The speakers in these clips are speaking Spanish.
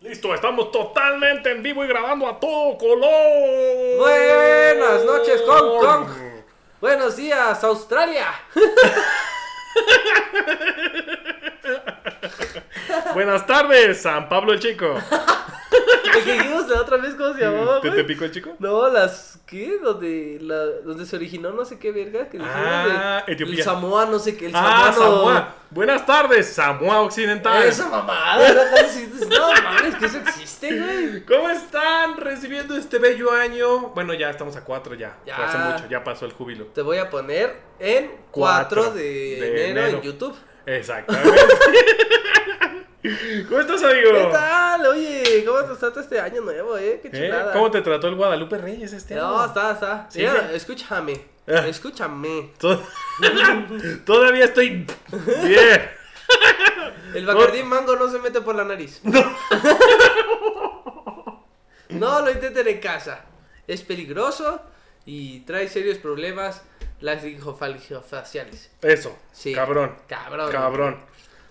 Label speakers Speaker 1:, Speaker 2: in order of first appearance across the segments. Speaker 1: Estamos totalmente en vivo y grabando a todo color.
Speaker 2: Buenas noches, Hong Kong. Buenos días, Australia.
Speaker 1: Buenas tardes, San Pablo el Chico.
Speaker 2: El que dijimos la otra vez, ¿cómo se llamaba?
Speaker 1: ¿Te,
Speaker 2: güey?
Speaker 1: te picó el chico?
Speaker 2: No, las. ¿Qué? Donde, la, donde se originó no sé qué verga. Que dijimos
Speaker 1: Ah,
Speaker 2: de,
Speaker 1: Etiopía.
Speaker 2: El Samoa, no sé qué. El
Speaker 1: Ah,
Speaker 2: samoano.
Speaker 1: Samoa. Buenas tardes, Samoa Occidental.
Speaker 2: Esa mamada. No, no mames, que eso existe, güey.
Speaker 1: ¿Cómo están recibiendo este bello año? Bueno, ya estamos a cuatro ya.
Speaker 2: Ya.
Speaker 1: Fue hace mucho, ya pasó el júbilo.
Speaker 2: Te voy a poner en 4 de,
Speaker 1: de
Speaker 2: enero,
Speaker 1: enero.
Speaker 2: en YouTube.
Speaker 1: Exactamente. ¿Cómo estás, amigo?
Speaker 2: ¿Qué tal? Oye, ¿cómo te trata este año nuevo, eh? Qué
Speaker 1: ¿Eh?
Speaker 2: chulada.
Speaker 1: ¿Cómo te trató el Guadalupe Reyes este
Speaker 2: No,
Speaker 1: año?
Speaker 2: está, está.
Speaker 1: Sí,
Speaker 2: Mira,
Speaker 1: sí.
Speaker 2: escúchame.
Speaker 1: Ah.
Speaker 2: Escúchame.
Speaker 1: To- Todavía estoy bien.
Speaker 2: El Bacardí Mango no se mete por la nariz. No. lo intenten en casa. Es peligroso y trae serios problemas laringofalgiofaciales.
Speaker 1: Eso.
Speaker 2: Sí.
Speaker 1: Cabrón.
Speaker 2: Cabrón.
Speaker 1: Cabrón.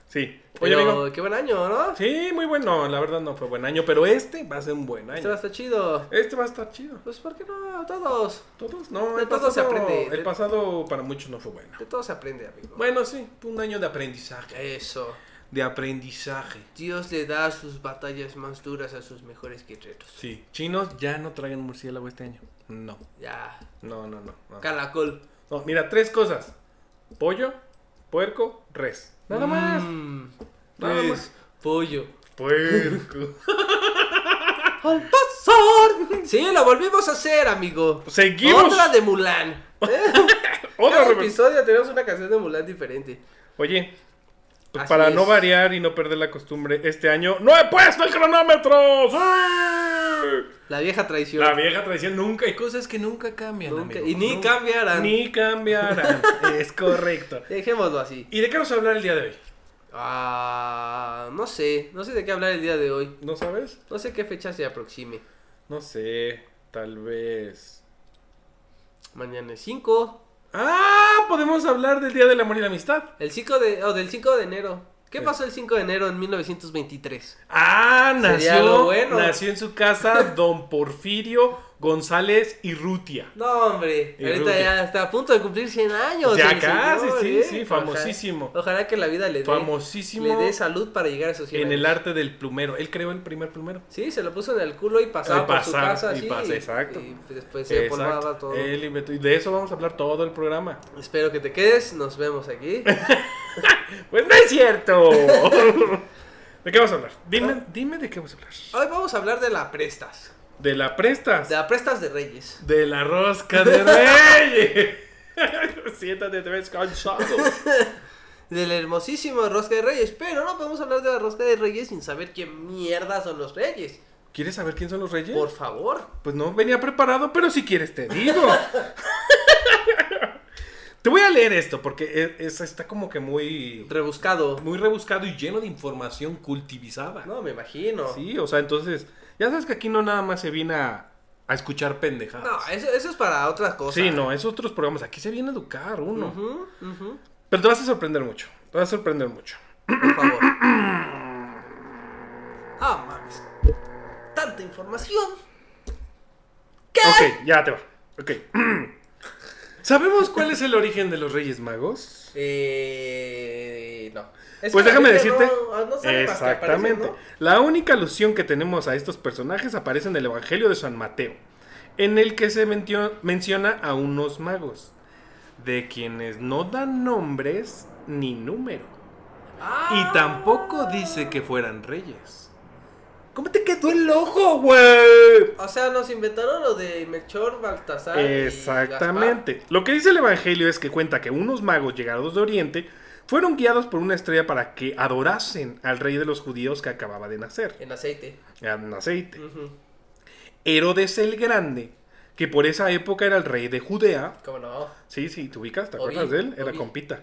Speaker 1: Sí. Oye,
Speaker 2: Pero
Speaker 1: amigo.
Speaker 2: qué buen año, ¿no?
Speaker 1: Sí, muy bueno. No, La verdad no fue buen año, pero este va a ser un buen
Speaker 2: Este va a
Speaker 1: año.
Speaker 2: estar chido.
Speaker 1: Este va a estar chido.
Speaker 2: Pues, ¿por qué no? Todos.
Speaker 1: Todos, no,
Speaker 2: De
Speaker 1: el pasado,
Speaker 2: todo se aprende.
Speaker 1: el pasado para muchos no fue bueno.
Speaker 2: De todo se aprende, amigo.
Speaker 1: Bueno, sí, fue un año de aprendizaje.
Speaker 2: Eso.
Speaker 1: De aprendizaje.
Speaker 2: Dios le da sus batallas más duras a sus mejores guerreros.
Speaker 1: Sí, chinos ya no traigan murciélago este año. No,
Speaker 2: Ya.
Speaker 1: no, no, no. no.
Speaker 2: Caracol.
Speaker 1: No, mira, tres cosas. Pollo, puerco, res. Nada más.
Speaker 2: Mm,
Speaker 1: Nada
Speaker 2: es
Speaker 1: más.
Speaker 2: Pollo.
Speaker 1: Puerco.
Speaker 2: ¡Al pasar! Sí, lo volvimos a hacer, amigo.
Speaker 1: Seguimos.
Speaker 2: Otra de Mulan.
Speaker 1: Otra
Speaker 2: Cada
Speaker 1: rever-
Speaker 2: episodio tenemos una canción de Mulan diferente.
Speaker 1: Oye, pues
Speaker 2: Así
Speaker 1: para no
Speaker 2: es.
Speaker 1: variar y no perder la costumbre, este año no he puesto el cronómetro. ¡Sí!
Speaker 2: La vieja traición.
Speaker 1: La vieja tradición nunca. Hay cosas que nunca cambian.
Speaker 2: Nunca-
Speaker 1: amigo.
Speaker 2: y ni
Speaker 1: Nunca-
Speaker 2: cambiarán.
Speaker 1: Ni cambiarán. es correcto.
Speaker 2: Dejémoslo así.
Speaker 1: ¿Y de qué vamos a hablar el día de hoy?
Speaker 2: Ah, no sé. No sé de qué hablar el día de hoy.
Speaker 1: ¿No sabes?
Speaker 2: No sé qué fecha se aproxime.
Speaker 1: No sé. Tal vez.
Speaker 2: Mañana es 5.
Speaker 1: Ah, podemos hablar del Día del Amor y la Amistad.
Speaker 2: El 5 de. o del 5 de enero. ¿Qué pasó el 5 de enero en 1923?
Speaker 1: Ah,
Speaker 2: Sería
Speaker 1: nació,
Speaker 2: lo bueno.
Speaker 1: nació en su casa don Porfirio González y Rutia.
Speaker 2: No, hombre.
Speaker 1: Y
Speaker 2: ahorita
Speaker 1: Rudy.
Speaker 2: ya está a punto de cumplir 100 años.
Speaker 1: Ya
Speaker 2: el
Speaker 1: casi, sí, sí,
Speaker 2: Ojalá-
Speaker 1: famosísimo.
Speaker 2: Ojalá, que la vida le dé.
Speaker 1: Famosísimo
Speaker 2: Le dé salud para llegar a esos 100
Speaker 1: en el
Speaker 2: años.
Speaker 1: arte del plumero. Él creó el primer plumero.
Speaker 2: Sí, se lo puso en el culo y
Speaker 1: Eh,
Speaker 2: pasaba por su
Speaker 1: pasar,
Speaker 2: casa.
Speaker 1: y
Speaker 2: sí,
Speaker 1: pasa, exacto.
Speaker 2: Y después se
Speaker 1: Exacto.
Speaker 2: polvaba todo.
Speaker 1: Él inventó- y de eso vamos a hablar todo el programa.
Speaker 2: Espero que te quedes. Nos vemos aquí.
Speaker 1: Pues no es cierto. ¿De qué vamos a hablar? Dime, dime de qué vamos a hablar.
Speaker 2: Hoy vamos a hablar de la prestas.
Speaker 1: De la prestas.
Speaker 2: De la prestas de Reyes.
Speaker 1: De la rosca de reyes. Siéntate, te ves cansado.
Speaker 2: Del hermosísimo Rosca de Reyes. Pero no podemos hablar de la Rosca de Reyes sin saber qué mierda son los Reyes.
Speaker 1: ¿Quieres saber quién son los reyes?
Speaker 2: Por favor.
Speaker 1: Pues no venía preparado, pero si quieres te digo. te voy a leer esto porque es- es- está como que muy,
Speaker 2: Rebuscado.
Speaker 1: muy rebuscado y lleno de información cultivizada.
Speaker 2: No, me imagino.
Speaker 1: Sí, o sea, entonces, ya sabes que aquí no nada más se viene a, a escuchar pendejadas.
Speaker 2: No, eso, eso es para otras cosas.
Speaker 1: sí, no, es otros programas. Aquí se viene a educar uno.
Speaker 2: Ujú, ujú.
Speaker 1: Pero te vas a sorprender mucho. Te vas a sorprender mucho.
Speaker 2: Por favor. Ah, mames. Tanta información. ¿Qué?
Speaker 1: Ok, ya te va. Ok. ¿Sabemos cuál es el origen de los Reyes Magos?
Speaker 2: Eh, no. Es
Speaker 1: Pues
Speaker 2: que la
Speaker 1: déjame
Speaker 2: gente
Speaker 1: decirte.
Speaker 2: No, ah, no sabe más que aparecen,
Speaker 1: exactamente. La única alusión que tenemos a estos personajes aparece en el Evangelio de San Mateo, en el que se mentio- menciona a unos magos, de quienes no dan nombres ni número,
Speaker 2: ¿no? Ah.
Speaker 1: y tampoco dice que fueran reyes. ¿Cómo te quedó el ojo, güey?
Speaker 2: O sea, nos inventaron lo de Melchor, Baltasar. y
Speaker 1: Exactamente. Lo que dice el Evangelio es que cuenta que unos magos llegados de Oriente fueron guiados por una estrella para que adorasen al rey de los judíos que acababa de nacer.
Speaker 2: Gaspar en aceite.
Speaker 1: en aceite.
Speaker 2: Ujú.
Speaker 1: Herodes el Grande, que por esa época era el rey de Judea.
Speaker 2: ¿Cómo no?
Speaker 1: Sí, sí, te ubicas, ¿te
Speaker 2: Oí,
Speaker 1: acuerdas de él? Era
Speaker 2: oí.
Speaker 1: compita.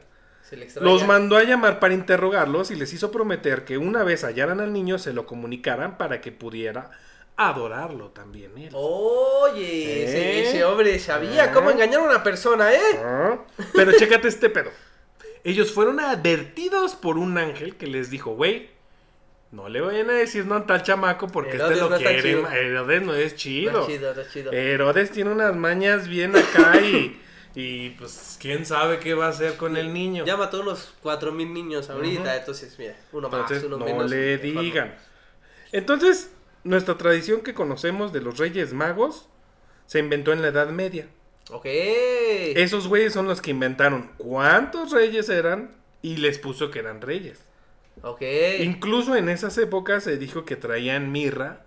Speaker 2: Se le extraña.
Speaker 1: Los mandó a llamar para interrogarlos y les hizo prometer que una vez hallaran al niño se lo comunicaran para que pudiera adorarlo también
Speaker 2: Oh.
Speaker 1: él.
Speaker 2: Oye, ese,
Speaker 1: ¿Eh?
Speaker 2: ese hombre sabía
Speaker 1: ¿Eh?
Speaker 2: cómo engañar a una persona, ¿eh?
Speaker 1: Ah, Pero chécate este pedo. Ellos fueron advertidos por un ángel que les dijo, güey, No le vayan a decir no a tal chamaco porque este
Speaker 2: Herodes
Speaker 1: lo
Speaker 2: no está
Speaker 1: quiere.
Speaker 2: chido.
Speaker 1: ma- Herodes no es
Speaker 2: No
Speaker 1: chido.
Speaker 2: es chido, no es chido.
Speaker 1: Herodes tiene unas mañas bien acá y, y pues quién sabe qué va a hacer con el niño.
Speaker 2: Ya mató unos 4000 niños ahorita,
Speaker 1: Ujú.
Speaker 2: entonces mira, uno
Speaker 1: Entonces
Speaker 2: más, uno
Speaker 1: no
Speaker 2: menos.
Speaker 1: le
Speaker 2: mejor no.
Speaker 1: digan. Entonces, nuestra tradición que conocemos de los Reyes Magos se inventó en la Edad Media.
Speaker 2: Ok.
Speaker 1: Esos güeyes son los que inventaron cuántos reyes eran y les puso que eran reyes.
Speaker 2: Ok.
Speaker 1: Incluso en esas épocas se dijo que traían mirra,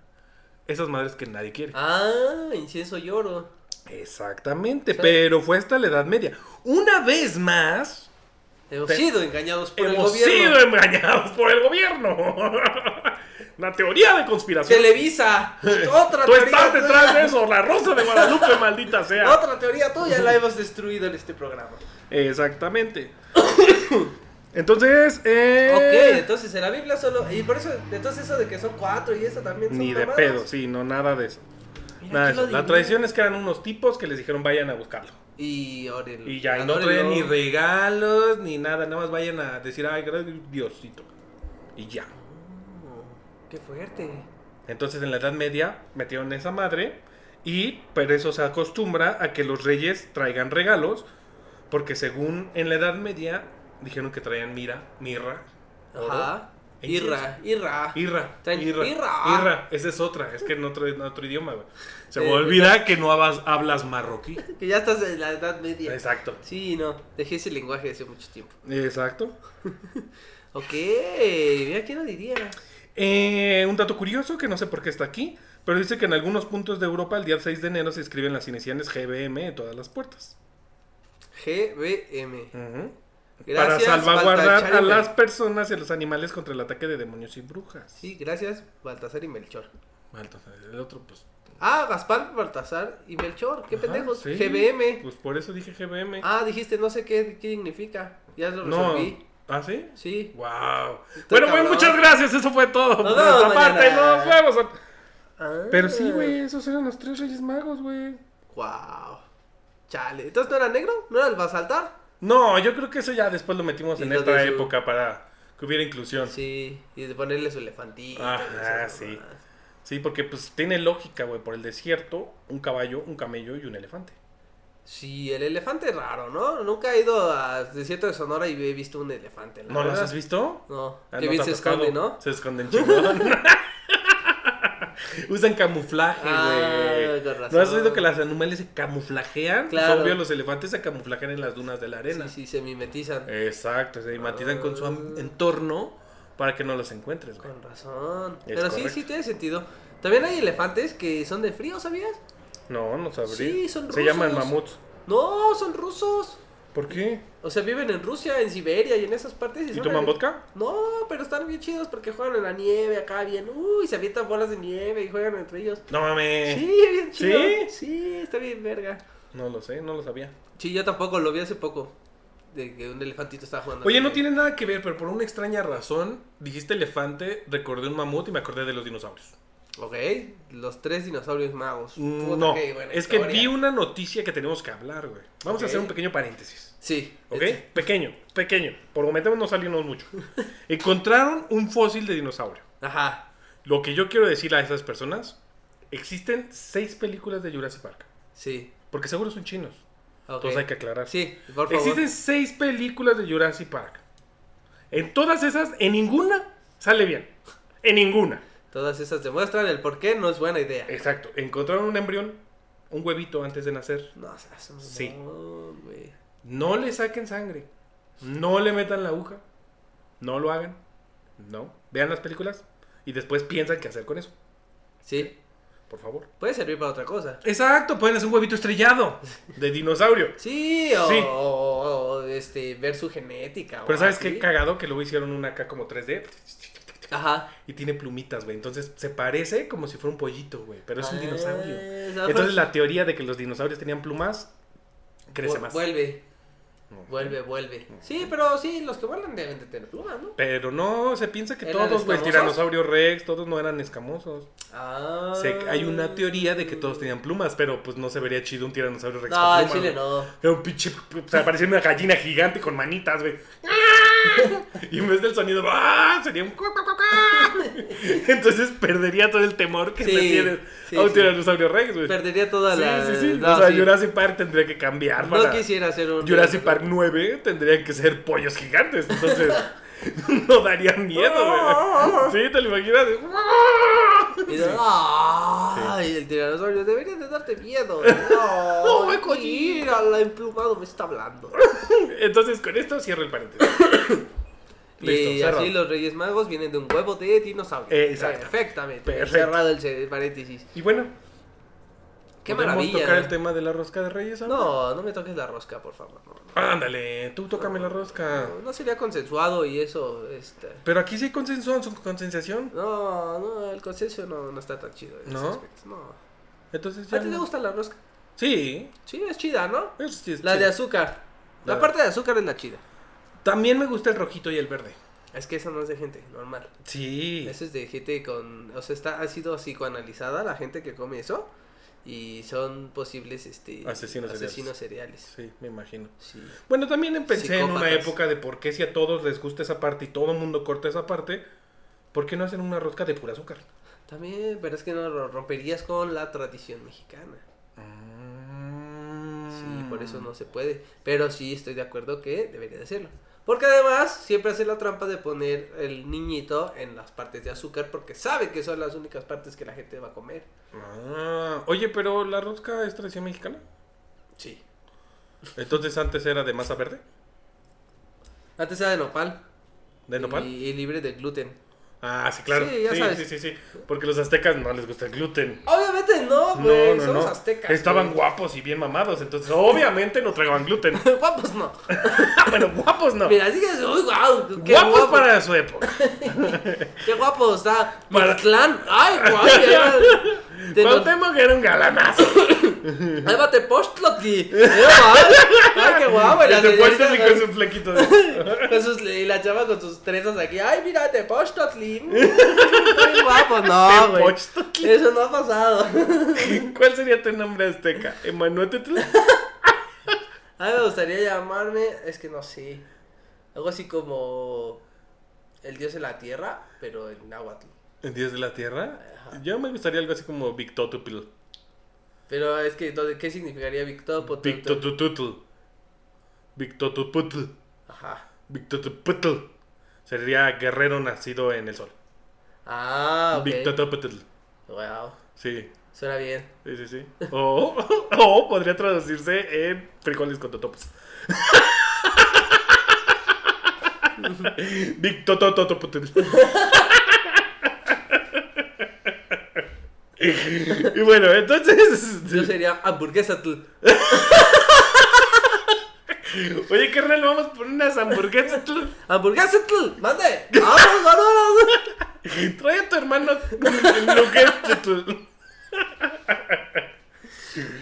Speaker 1: esas madres que nadie quiere.
Speaker 2: Ah, incienso y oro.
Speaker 1: Exactamente,
Speaker 2: Sí.
Speaker 1: pero fue hasta la Edad Media. Una vez más,
Speaker 2: Hemos
Speaker 1: Pe-
Speaker 2: sido engañados por
Speaker 1: hemos
Speaker 2: el gobierno.
Speaker 1: sido engañados por el gobierno. la teoría de conspiración.
Speaker 2: Televisa. Otra
Speaker 1: Tú
Speaker 2: teoría.
Speaker 1: estás
Speaker 2: tuya.
Speaker 1: detrás de eso, la rosa de Guadalupe, maldita sea.
Speaker 2: Otra teoría tuya la hemos destruido en este programa.
Speaker 1: Exactamente. Entonces, eh,
Speaker 2: Ok, entonces en la Biblia solo. Y por eso, entonces eso de que son cuatro y eso también son
Speaker 1: ni de
Speaker 2: mamadas.
Speaker 1: pedo, sí, no, nada de eso.
Speaker 2: Mira,
Speaker 1: Nada de
Speaker 2: ¿quién
Speaker 1: eso.
Speaker 2: lo
Speaker 1: La
Speaker 2: diría?
Speaker 1: tradición es que eran unos tipos que les dijeron vayan a buscarlo.
Speaker 2: Y órenlo.
Speaker 1: Y ya, y no traen ni regalos, ni nada, nada más vayan a decir, ay, gracias Diosito. Y ya.
Speaker 2: Oh, Qué fuerte.
Speaker 1: Entonces en la Edad Media metieron esa madre y pero eso se acostumbra a que los reyes traigan regalos porque según en la Edad Media dijeron que traían mira, mirra, oro,
Speaker 2: Ajá.
Speaker 1: e
Speaker 2: Irra, irra.
Speaker 1: Irra,
Speaker 2: Traen
Speaker 1: irra,
Speaker 2: irra.
Speaker 1: irra. esa es otra, es que en otro, en otro idioma, güey. Se me
Speaker 2: Eh,
Speaker 1: olvida que no hablas, hablas marroquí.
Speaker 2: Que ya estás en la edad media.
Speaker 1: Exacto.
Speaker 2: Sí, no. Dejé ese lenguaje hace mucho tiempo.
Speaker 1: Exacto.
Speaker 2: Ok, mira, ¿quién lo diría?
Speaker 1: Eh, un dato curioso que no sé por qué está aquí, pero dice que en algunos puntos de Europa el día 6 de enero se escriben las iniciales GBM en todas las puertas.
Speaker 2: GBM.
Speaker 1: Ujú. Para
Speaker 2: Gracias,
Speaker 1: salvaguardar
Speaker 2: Baltasar y
Speaker 1: a
Speaker 2: Mel-
Speaker 1: las personas y a los animales contra el ataque de demonios y brujas.
Speaker 2: Sí, gracias, Baltasar y Melchor.
Speaker 1: Entonces, el otro, pues.
Speaker 2: Ah, Gaspar, Baltasar y Melchor. Qué
Speaker 1: ajá,
Speaker 2: pendejos.
Speaker 1: sí.
Speaker 2: GBM.
Speaker 1: Pues por eso dije GBM.
Speaker 2: Ah, dijiste, no sé qué, qué significa. Ya lo
Speaker 1: no.
Speaker 2: resolví.
Speaker 1: ¿Ah, sí?
Speaker 2: Sí.
Speaker 1: Wow. Bueno, pues
Speaker 2: cabrón.
Speaker 1: muchas gracias. Eso fue todo.
Speaker 2: Nos
Speaker 1: por
Speaker 2: vemos
Speaker 1: nuestra parte,
Speaker 2: mañana.
Speaker 1: nos vemos.
Speaker 2: Ah.
Speaker 1: Pero sí, güey, esos eran los tres Reyes Magos, güey.
Speaker 2: Wow. Chale. ¿Entonces no era negro? ¿No era el basaltar?
Speaker 1: No, yo creo que eso ya después lo metimos
Speaker 2: Y
Speaker 1: en
Speaker 2: lo
Speaker 1: esta
Speaker 2: de su-
Speaker 1: época para que hubiera inclusión. Sí,
Speaker 2: Sí. Y de ponerle su elefantito. y
Speaker 1: Ajá,
Speaker 2: esas
Speaker 1: sí.
Speaker 2: mamadas.
Speaker 1: porque pues tiene lógica, güey, por el desierto, un caballo, un camello y un elefante.
Speaker 2: Sí, el elefante es raro, ¿no? Nunca he ido al desierto de Sonora y he visto un elefante. la
Speaker 1: ¿No los
Speaker 2: verdad.
Speaker 1: has visto?
Speaker 2: No.
Speaker 1: Ah,
Speaker 2: Qué
Speaker 1: no,
Speaker 2: bien se
Speaker 1: tampoco.
Speaker 2: esconde, ¿no?
Speaker 1: Se esconden chingón. Usan camuflaje,
Speaker 2: Ah,
Speaker 1: güey.
Speaker 2: con razón.
Speaker 1: ¿No has oído que los animales se camuflajean?
Speaker 2: Claro.
Speaker 1: Es obvio, los elefantes se camuflajean en las dunas de la arena. Eh,
Speaker 2: Sí, sí, Ah. se mimetizan.
Speaker 1: Exacto, se matizan con su am- entorno para que no los encuentres, güey.
Speaker 2: Con razón.
Speaker 1: Es
Speaker 2: Pero sí,
Speaker 1: correcto.
Speaker 2: sí tiene sentido. También hay elefantes que son de frío, ¿sabías?
Speaker 1: No, no sabría.
Speaker 2: Sí, son
Speaker 1: Se llaman
Speaker 2: rusos.
Speaker 1: mamuts.
Speaker 2: No, son rusos.
Speaker 1: ¿Por qué?
Speaker 2: O sea, viven en Rusia, en Siberia y en esas partes.
Speaker 1: ¿Y
Speaker 2: son
Speaker 1: toman
Speaker 2: ele-
Speaker 1: vodka?
Speaker 2: No, pero están bien chidos porque juegan en la nieve acá bien. Uy, se avientan bolas de nieve y juegan entre ellos.
Speaker 1: No mames.
Speaker 2: Sí, bien chido.
Speaker 1: Eh. ¿Sí?
Speaker 2: Sí, está bien verga.
Speaker 1: No lo sé, no lo sabía.
Speaker 2: Sí, yo tampoco, lo vi hace poco. De que un elefantito estaba jugando.
Speaker 1: Oye, no tiene nada que ver, pero por una extraña razón dijiste elefante, recordé un mamut y me acordé de los dinosaurios.
Speaker 2: Ok, los tres dinosaurios magos. Puta,
Speaker 1: Mm, no,
Speaker 2: qué buena
Speaker 1: es que
Speaker 2: historia.
Speaker 1: vi una noticia que tenemos que hablar, güey. Vamos a
Speaker 2: Ok.
Speaker 1: hacer un pequeño paréntesis,
Speaker 2: Sí.
Speaker 1: ¿ok?
Speaker 2: este-
Speaker 1: Pequeño, pequeño. Por lo menos no salimos mucho. Encontraron un fósil de dinosaurio.
Speaker 2: Ajá.
Speaker 1: Lo que yo quiero decir a esas personas, existen seis películas de Jurassic Park,
Speaker 2: Sí.
Speaker 1: porque seguro son chinos.
Speaker 2: ok.
Speaker 1: Entonces hay que aclarar.
Speaker 2: Sí, por favor.
Speaker 1: Existen seis películas de Jurassic Park. En todas esas, en ninguna sale bien. En ninguna.
Speaker 2: Todas esas demuestran el por qué no es buena idea.
Speaker 1: Exacto. Encontraron un embrión, un huevito antes de nacer.
Speaker 2: No seas un
Speaker 1: Sí.
Speaker 2: mamón, güey.
Speaker 1: No le saquen sangre. No le metan la aguja. No lo hagan. No. Vean las películas y después piensan qué hacer con eso.
Speaker 2: Sí.
Speaker 1: Por favor.
Speaker 2: Puede servir para otra cosa.
Speaker 1: Exacto. Pueden hacer un huevito estrellado de dinosaurio.
Speaker 2: Sí, o,
Speaker 1: Sí.
Speaker 2: o- o- o, este, ver su genética. o
Speaker 1: Pero ¿sabes
Speaker 2: así.
Speaker 1: qué cagado? Que luego hicieron una acá como 3D
Speaker 2: Ajá.
Speaker 1: y tiene plumitas, güey. Entonces se parece como si fuera un pollito, güey. Pero es un
Speaker 2: Ah,
Speaker 1: dinosaurio.
Speaker 2: no,
Speaker 1: Entonces
Speaker 2: pero-
Speaker 1: la teoría de que los dinosaurios tenían plumas crece
Speaker 2: vu-
Speaker 1: más.
Speaker 2: Vuelve,
Speaker 1: No.
Speaker 2: vuelve, vuelve. Sí, pero sí, los que vuelan deben de tener plumas, ¿no?
Speaker 1: Pero no, se piensa que
Speaker 2: ¿Eran
Speaker 1: todos, güey, el
Speaker 2: escamosos?
Speaker 1: tiranosaurio rex, todos no eran escamosos.
Speaker 2: Ah.
Speaker 1: Se- hay una teoría de que todos tenían plumas, pero pues no se vería chido un tiranosaurio rex.
Speaker 2: No,
Speaker 1: con
Speaker 2: en
Speaker 1: plumas,
Speaker 2: Chile
Speaker 1: güey.
Speaker 2: no.
Speaker 1: Era un pinche, o sea, parecía una gallina gigante con manitas, güey. Y en vez del sonido ¡ah! sería un cuac, cuac, cuac, cuac. Entonces perdería todo el temor que
Speaker 2: Sí,
Speaker 1: le tienes
Speaker 2: sí,
Speaker 1: a un
Speaker 2: sí.
Speaker 1: tiranosaurio rex, güey.
Speaker 2: Perdería toda
Speaker 1: Sí,
Speaker 2: la.
Speaker 1: sí, sí.
Speaker 2: No,
Speaker 1: o sea,
Speaker 2: sí.
Speaker 1: Jurassic Park tendría que cambiar
Speaker 2: No
Speaker 1: para
Speaker 2: quisiera hacer un.
Speaker 1: Jurassic Park 9 tendrían que ser pollos gigantes. Entonces, no daría miedo, güey. Sí, te lo imaginas.
Speaker 2: Y de- ¡Ay! El tiranosaurio debería de darte miedo. No,
Speaker 1: No, Eco,
Speaker 2: mira, la emplumado me está hablando.
Speaker 1: Entonces, con esto cierro el paréntesis. Listo,
Speaker 2: y
Speaker 1: cerrado.
Speaker 2: así los Reyes Magos vienen de un huevo de dinosaurio.
Speaker 1: Exacto.
Speaker 2: Perfectamente.
Speaker 1: Perfecto.
Speaker 2: Cerrado el ce- paréntesis.
Speaker 1: Y bueno,
Speaker 2: Qué
Speaker 1: ¿podemos
Speaker 2: maravilla.
Speaker 1: tocar el tema de la rosca de Reyes ahora?
Speaker 2: No, no me toques la rosca, por favor. No, no.
Speaker 1: Ándale, tú tócame la rosca.
Speaker 2: No, no sería consensuado y eso. Este...
Speaker 1: Pero aquí sí hay consenso, su- consensación.
Speaker 2: No, no, el consenso no, no está tan chido. En
Speaker 1: ¿No?
Speaker 2: Ese aspecto. no.
Speaker 1: Entonces ya.
Speaker 2: ¿A ti te
Speaker 1: no-
Speaker 2: gusta la rosca?
Speaker 1: Sí.
Speaker 2: Sí, es chida, ¿no?
Speaker 1: eso sí es
Speaker 2: La de
Speaker 1: chido.
Speaker 2: azúcar.
Speaker 1: La
Speaker 2: La,
Speaker 1: de-
Speaker 2: parte de azúcar es la chida.
Speaker 1: También me gusta el rojito y el verde.
Speaker 2: Es que esa no es de gente normal.
Speaker 1: Sí.
Speaker 2: Eso es de gente con. O sea, está, ha sido psicoanalizada la gente que come eso. Y son posibles este,
Speaker 1: Asesinos seriales.
Speaker 2: asesinos cereales.
Speaker 1: Sí, me imagino.
Speaker 2: Sí.
Speaker 1: Bueno, también pensé en una
Speaker 2: Psicópatas.
Speaker 1: época de por qué si a todos les gusta esa parte y todo el mundo corta esa parte, ¿por qué no hacen una rosca de pura azúcar?
Speaker 2: También, pero es que no lo romperías con la tradición mexicana. Sí, por
Speaker 1: Mm.
Speaker 2: eso no se puede. Pero sí estoy de acuerdo que debería de hacerlo. Porque además siempre hace la trampa de poner el niñito en las partes de azúcar porque sabe que son las únicas partes que la gente va a comer.
Speaker 1: Ah, oye, pero la rosca es tradición mexicana.
Speaker 2: Sí.
Speaker 1: Entonces antes era de masa verde,
Speaker 2: Antes era de nopal.
Speaker 1: de nopal.
Speaker 2: Y, y libre de gluten.
Speaker 1: Ah, sí, claro.
Speaker 2: Sí, ya
Speaker 1: sí,
Speaker 2: sabes.
Speaker 1: sí, sí, sí. Porque los aztecas no les gusta el gluten.
Speaker 2: Obviamente no, güey.
Speaker 1: No, no,
Speaker 2: Somos
Speaker 1: no.
Speaker 2: aztecas.
Speaker 1: Estaban
Speaker 2: güey.
Speaker 1: guapos y bien mamados, entonces obviamente no tragaban gluten. Ah,
Speaker 2: guapos. no.
Speaker 1: bueno, guapos no.
Speaker 2: Mira, así que es uy, guau, Qué
Speaker 1: guapos
Speaker 2: guapo,
Speaker 1: para su época.
Speaker 2: Qué guapo está.
Speaker 1: Para-
Speaker 2: Para... clan. Ay, guay. Era... Te lo-
Speaker 1: Cuauhtémoc era un galanazo.
Speaker 2: Ahí va Tepoztlotli. Eh, guau. Ay, qué guapo. y
Speaker 1: Y
Speaker 2: la
Speaker 1: te
Speaker 2: señorita
Speaker 1: pones y
Speaker 2: con-
Speaker 1: con su flequito de...
Speaker 2: Con sus- y la chava con sus trenzas aquí. Ay, mira, Tepoztlotli. Muy guapo. No, güey.
Speaker 1: Tepoztlotli.
Speaker 2: Eso no ha pasado.
Speaker 1: ¿Cuál sería tu nombre azteca? ¿Emanuetetl?
Speaker 2: A mí me gustaría llamarme, es que no sé. Algo así como el dios de la tierra, pero en náhuatl.
Speaker 1: ¿El dios de la tierra?
Speaker 2: Ajá.
Speaker 1: Yo me gustaría algo así como Victotupil.
Speaker 2: Pero es que, entonces, ¿qué significaría Victopo?
Speaker 1: Victotututl. Victotuputl.
Speaker 2: Ajá.
Speaker 1: Victotuputl. Sería guerrero nacido en el sol.
Speaker 2: Ah, ok.
Speaker 1: Victotuputl.
Speaker 2: Wow.
Speaker 1: Sí.
Speaker 2: Suena bien.
Speaker 1: Sí, sí, sí. O, o podría traducirse en frijoles con totopos. Victotototoputl. y bueno, entonces.
Speaker 2: Yo sería hamburguesa tú.
Speaker 1: Oye, carnal, vamos por unas hamburguesas. tú.
Speaker 2: ¡Hamburguesa tú! ¡Mande! ¡Vamos, vámonos!
Speaker 1: Trae a tu hermano Luquete. tú.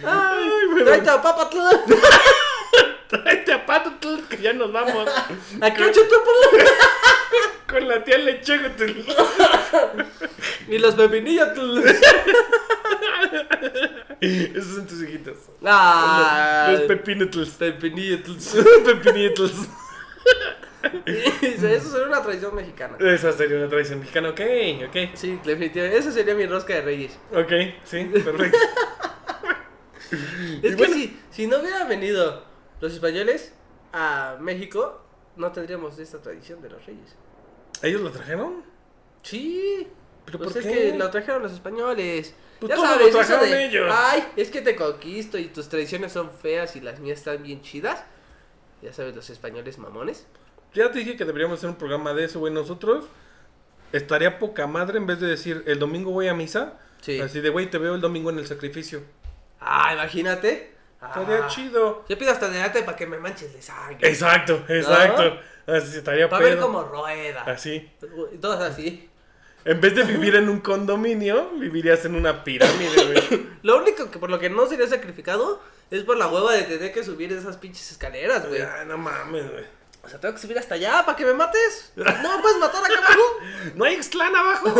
Speaker 2: ¡Ay,
Speaker 1: bueno.
Speaker 2: ¡Tráete a papa tú!
Speaker 1: Tráete a Pato, tú, que ya nos vamos.
Speaker 2: ¡A Cacho tú!
Speaker 1: Con la tía Lechuga. tú.
Speaker 2: ¡Y los pepinillos tú!
Speaker 1: Esos son tus hijitos.
Speaker 2: ¡Ah!
Speaker 1: Los pepinetles.
Speaker 2: pepinillos
Speaker 1: Pepinitos.
Speaker 2: Eso sería una tradición mexicana.
Speaker 1: Esa sería una tradición mexicana, ok, ok.
Speaker 2: Sí, definitivamente. Esa sería mi rosca de reyes.
Speaker 1: Ok, sí, perfecto.
Speaker 2: Es que si, si no hubieran venido los españoles a México, no tendríamos esta tradición de los reyes.
Speaker 1: ¿Ellos lo trajeron?
Speaker 2: Sí.
Speaker 1: ¿Pero
Speaker 2: pues
Speaker 1: por
Speaker 2: es
Speaker 1: qué?
Speaker 2: que lo trajeron los españoles.
Speaker 1: Pues
Speaker 2: ya
Speaker 1: todo lo
Speaker 2: sabes, eso
Speaker 1: trajeron
Speaker 2: de,
Speaker 1: ellos.
Speaker 2: Ay, es que te conquisto y tus tradiciones son feas y las mías están bien chidas. Ya sabes, los españoles mamones.
Speaker 1: Ya te dije que deberíamos hacer un programa de eso, güey. Nosotros estaría poca madre en vez de decir el domingo voy a misa.
Speaker 2: Sí.
Speaker 1: Así de, güey, te veo el domingo en el sacrificio.
Speaker 2: Ah, imagínate. Ah.
Speaker 1: Estaría chido.
Speaker 2: Yo pido hasta delante para que me manches de sangre.
Speaker 1: Exacto, exacto. Así estaría
Speaker 2: Para ver
Speaker 1: pedo.
Speaker 2: cómo rueda.
Speaker 1: Así.
Speaker 2: Todos así.
Speaker 1: En vez de vivir en un condominio, vivirías en una pirámide, güey.
Speaker 2: Lo único que por lo que no sería sacrificado es por la hueva de tener que subir esas pinches escaleras, güey.
Speaker 1: Ay, no mames, güey.
Speaker 2: O sea, tengo que subir hasta allá para que me mates. No me puedes matar acá abajo.
Speaker 1: No hay Xlan abajo.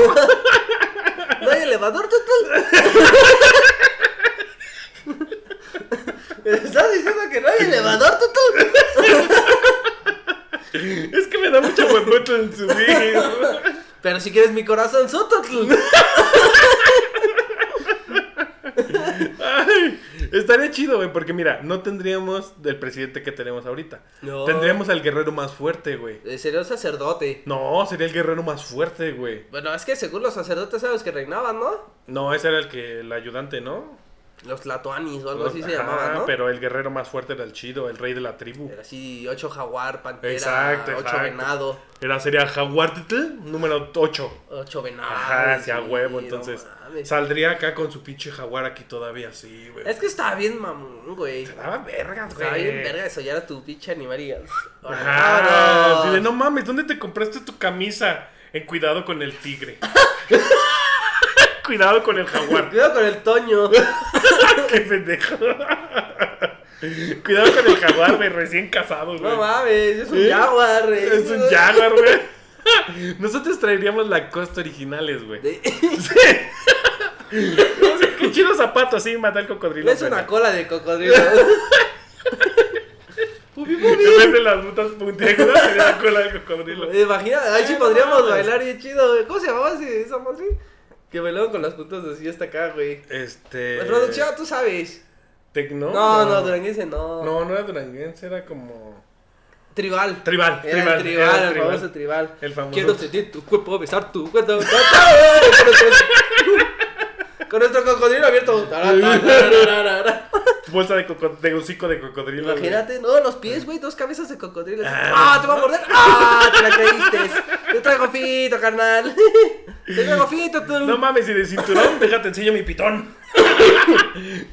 Speaker 2: No hay elevador total. ¿Me estás diciendo que no hay elevador total?
Speaker 1: Es que me da mucho hueputo en su vida.
Speaker 2: Pero si quieres mi corazón, Sototl.
Speaker 1: Ay, estaría chido, güey, porque mira, no tendríamos del presidente que tenemos ahorita.
Speaker 2: No.
Speaker 1: Tendríamos al guerrero más fuerte, güey.
Speaker 2: Eh, Sería un sacerdote.
Speaker 1: No, sería el guerrero más fuerte, güey.
Speaker 2: Bueno, es que según los sacerdotes sabes que reinaban, ¿no?
Speaker 1: No, ese era el que el ayudante, ¿no?
Speaker 2: Los Tlatoanis o algo así se
Speaker 1: Ajá,
Speaker 2: llamaban, ¿no?
Speaker 1: Pero el guerrero más fuerte era el chido, el rey de la tribu.
Speaker 2: Era así, ocho jaguar, pantera,
Speaker 1: Exacto,
Speaker 2: ocho
Speaker 1: exacto.
Speaker 2: venado,
Speaker 1: Era sería Jaguartitl número 8.
Speaker 2: ocho venado.
Speaker 1: Ajá, hacia
Speaker 2: sí,
Speaker 1: huevo,
Speaker 2: no
Speaker 1: entonces.
Speaker 2: mames.
Speaker 1: Saldría acá con su pinche jaguar aquí todavía así, güey.
Speaker 2: es que estaba bien mamón, güey.
Speaker 1: Te daba vergas, güey.
Speaker 2: Estaba bien verga desollar a tu pinche animal y...
Speaker 1: Ajá.
Speaker 2: ¡Vámonos!
Speaker 1: Así de, no mames, ¿dónde te compraste tu camisa? En cuidado con el tigre. cuidado con el jaguar.
Speaker 2: Cuidado con el Toño.
Speaker 1: Qué pendejo. cuidado con el jaguar, güey, recién casado, güey.
Speaker 2: No mames, es un
Speaker 1: ¿Eh?
Speaker 2: jaguar, güey.
Speaker 1: es un jaguar, güey. Nosotros traeríamos la costa originales, güey.
Speaker 2: De-
Speaker 1: Qué chido zapato, así mata el cocodrilo.
Speaker 2: Es una
Speaker 1: pero-
Speaker 2: cola de cocodrilo. Pupi, pupi.
Speaker 1: En vez de las putas puntiagudas, sería la cola del cocodrilo.
Speaker 2: Imagina, ahí sí
Speaker 1: Ay,
Speaker 2: podríamos
Speaker 1: no.
Speaker 2: bailar bien chido, güey. ¿Cómo se llamaba ese- esa madre? Que bailaban con las puntas así hasta acá, güey.
Speaker 1: Este.
Speaker 2: La producción, tú sabes.
Speaker 1: ¿Tecno?
Speaker 2: No, no, duranguense no.
Speaker 1: No, no era duranguense, era como.
Speaker 2: Tribal.
Speaker 1: Tribal,
Speaker 2: Era
Speaker 1: tribal,
Speaker 2: el tribal,
Speaker 1: era
Speaker 2: el
Speaker 1: tribal.
Speaker 2: famoso tribal.
Speaker 1: El famoso-
Speaker 2: Quiero sentir tu cuerpo, besar tu cuerpo. ta, ta, eh, Con nuestro- con nuestro cocodrilo abierto. Ta, ta, ta, ta, ta, ta.
Speaker 1: Bolsa de, coco- de hocico de cocodrilo. güey.
Speaker 2: Imagínate, no, los pies, güey, dos cabezas de cocodrilo. así.
Speaker 1: Ah.
Speaker 2: ¡Ah, te va a morder! ¡Ah, te la creíste! Te traigo fito, carnal. Te traigo fito, tú.
Speaker 1: No mames, y de cinturón, déjate enseño mi pitón.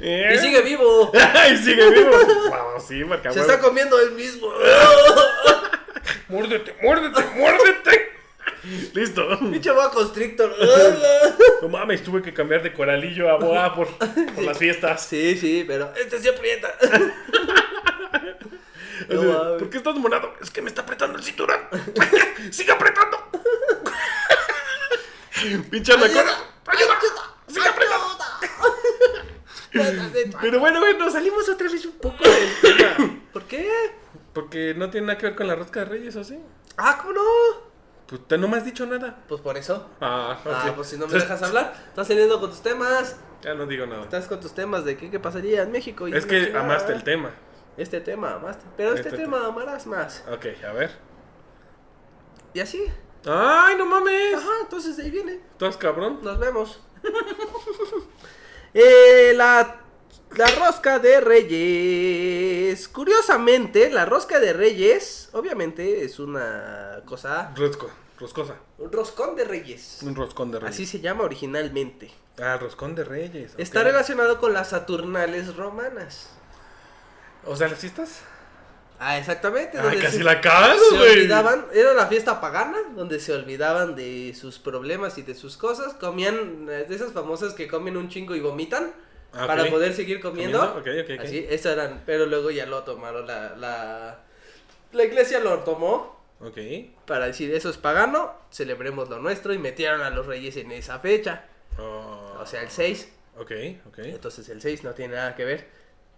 Speaker 1: ¿Eh?
Speaker 2: y sigue vivo.
Speaker 1: y sigue vivo. Wow, sí, marca
Speaker 2: Se
Speaker 1: huevo.
Speaker 2: está comiendo él mismo.
Speaker 1: Muérdete, muérdete, muérdete. Listo.
Speaker 2: Pinche boa constrictor.
Speaker 1: No mames, tuve que cambiar de coralillo a boa por, por las fiestas.
Speaker 2: sí, sí, pero este sí aprieta. No
Speaker 1: Así de,
Speaker 2: mames.
Speaker 1: ¿Por qué estás monado? Es que me está apretando el cinturón. ¡Sigue apretando! Pinche anaconda. ¡Ayuda! ¡Sigue apretando! Pero bueno, güey, nos salimos otra vez un poco del tema.
Speaker 2: ¿Por qué?
Speaker 1: Porque no tiene nada que ver con la rosca de reyes, ¿o sí?
Speaker 2: Ah, ¿cómo no?
Speaker 1: Pues te- no me has dicho nada.
Speaker 2: Pues por eso.
Speaker 1: Ah,
Speaker 2: Ah,
Speaker 1: ok.
Speaker 2: pues si no me
Speaker 1: Entonces,
Speaker 2: dejas hablar, estás saliendo con tus temas.
Speaker 1: Ya no digo nada.
Speaker 2: Estás con tus temas de qué, qué pasaría en México. y
Speaker 1: Es
Speaker 2: una
Speaker 1: que
Speaker 2: chingada.
Speaker 1: amaste el tema.
Speaker 2: Este tema, amaste. Pero este,
Speaker 1: Este
Speaker 2: tema amarás más.
Speaker 1: Ok, a ver.
Speaker 2: Y así.
Speaker 1: ¡Ay, no mames!
Speaker 2: Ajá, entonces de ahí viene.
Speaker 1: ¿Tú eres cabrón?
Speaker 2: Nos vemos. Eh, la, la rosca de Reyes. Curiosamente, la rosca de Reyes, obviamente, es una cosa.
Speaker 1: Rosco, roscosa.
Speaker 2: Un roscón de Reyes.
Speaker 1: Un roscón de reyes.
Speaker 2: Así se llama originalmente.
Speaker 1: Ah, roscón de reyes.
Speaker 2: Está
Speaker 1: ok.
Speaker 2: relacionado con las Saturnales romanas.
Speaker 1: O sea, las fiestas.
Speaker 2: Ah, exactamente.
Speaker 1: Ah,
Speaker 2: donde
Speaker 1: casi
Speaker 2: se-
Speaker 1: la cago,
Speaker 2: se
Speaker 1: güey.
Speaker 2: olvidaban, era la fiesta pagana donde se olvidaban de sus problemas y de sus cosas, comían eh, de esas famosas que comen un chingo y vomitan
Speaker 1: Ah,
Speaker 2: para
Speaker 1: ok.
Speaker 2: poder seguir comiendo.
Speaker 1: Comiendo, ok, ok, ok.
Speaker 2: Así, eso eran, pero luego ya lo tomaron la la la iglesia lo tomó
Speaker 1: Ok.
Speaker 2: para decir, eso es pagano, celebremos lo nuestro y metieron a los reyes en esa fecha,
Speaker 1: Oh,
Speaker 2: o sea, el 6.
Speaker 1: ok, ok.
Speaker 2: Entonces el 6 no tiene nada que ver.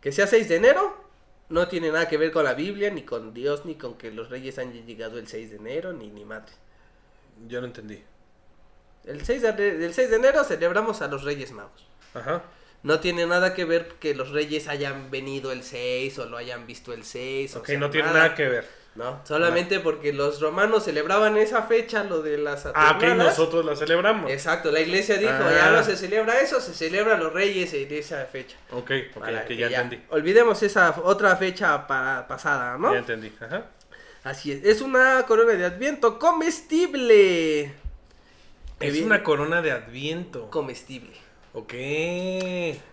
Speaker 2: Que sea 6 de enero, no tiene nada que ver con la Biblia, ni con Dios, ni con que los reyes hayan llegado el 6 de enero, ni ni madre.
Speaker 1: Yo no entendí.
Speaker 2: El 6 de, el 6 de enero celebramos a los reyes magos.
Speaker 1: Ajá.
Speaker 2: No tiene nada que ver que los reyes hayan venido el 6 o lo hayan visto el 6.
Speaker 1: ok, no tiene nada que ver.
Speaker 2: No, solamente porque los romanos celebraban esa fecha, lo de las
Speaker 1: Ah, ok,
Speaker 2: Saturnalas.
Speaker 1: nosotros la celebramos.
Speaker 2: Exacto, la iglesia dijo,
Speaker 1: Ah.
Speaker 2: ya no se celebra eso, se celebra los reyes en esa fecha.
Speaker 1: Ok, ok,
Speaker 2: Para
Speaker 1: ok,
Speaker 2: que
Speaker 1: ya
Speaker 2: ya-
Speaker 1: entendí.
Speaker 2: Olvidemos esa otra fecha pa- pasada, ¿no?
Speaker 1: Ya entendí. Ajá.
Speaker 2: Así es. Es una corona de adviento comestible. Que
Speaker 1: Es
Speaker 2: viene-
Speaker 1: una corona de adviento.
Speaker 2: comestible.
Speaker 1: Ok.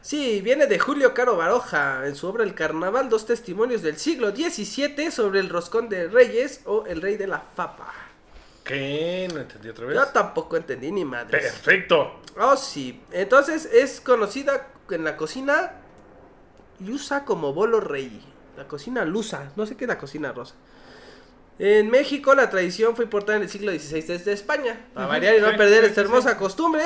Speaker 2: Sí, viene de Julio Caro Baroja en su obra El Carnaval, dos testimonios del siglo XVII sobre el roscón de reyes o el rey de la fapa.
Speaker 1: ¿Qué? No entendí otra vez.
Speaker 2: Yo tampoco entendí ni madres.
Speaker 1: Perfecto.
Speaker 2: Oh, sí. Entonces es conocida en la cocina lusa como bolo rey. La cocina lusa. No sé qué es la cocina rosa. En México la tradición fue importada en el siglo XVI desde España. Para
Speaker 1: Ujú,
Speaker 2: variar y no
Speaker 1: sí,
Speaker 2: perder
Speaker 1: sí, sí,
Speaker 2: esta hermosa costumbre.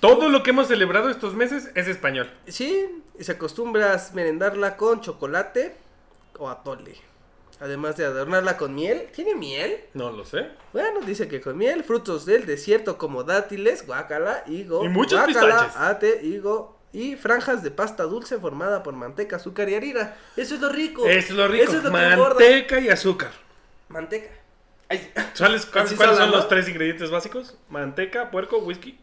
Speaker 1: Todo lo que hemos celebrado estos meses es español.
Speaker 2: Sí, y se acostumbra a merendarla con chocolate o atole. Además de adornarla con miel. ¿Tiene miel?
Speaker 1: No lo sé.
Speaker 2: Bueno, dice que con miel, frutos del desierto como dátiles, guacala, higo,
Speaker 1: Y muchos
Speaker 2: guácala,
Speaker 1: pistaches.
Speaker 2: ate, higo y franjas de pasta dulce formada por manteca, azúcar y harina. Eso es lo rico.
Speaker 1: Es lo rico.
Speaker 2: Eso es lo que engorda.
Speaker 1: Manteca y azúcar.
Speaker 2: Manteca. Ay,
Speaker 1: ¿Sabes cu-
Speaker 2: ¿Así
Speaker 1: cuáles
Speaker 2: se
Speaker 1: son
Speaker 2: llama?
Speaker 1: los tres ingredientes básicos? Manteca, puerco, whisky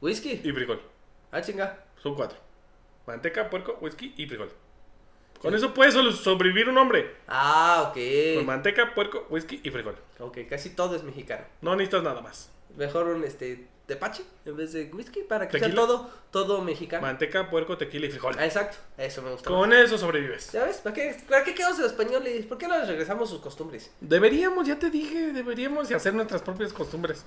Speaker 2: whisky.
Speaker 1: y frijol.
Speaker 2: Ah, chinga.
Speaker 1: Son cuatro. Manteca, puerco, whisky y frijol. Con eso puede solo sobrevivir un hombre.
Speaker 2: Ah,
Speaker 1: Con
Speaker 2: ok.
Speaker 1: manteca, puerco, whisky y frijol.
Speaker 2: Ok, casi todo es mexicano.
Speaker 1: No necesitas nada más.
Speaker 2: Mejor un este tepache en vez de whisky para que sea
Speaker 1: Tequila.
Speaker 2: todo, todo mexicano.
Speaker 1: Manteca, puerco, tequila y frijol.
Speaker 2: Ah, exacto. Eso me gusta.
Speaker 1: Con eso sobrevives.
Speaker 2: ¿Ya ves? ¿Para qué, ¿Para qué quedamos en españoles? ¿Por qué no les regresamos sus costumbres?
Speaker 1: Deberíamos, ya te dije, deberíamos de hacer nuestras propias costumbres.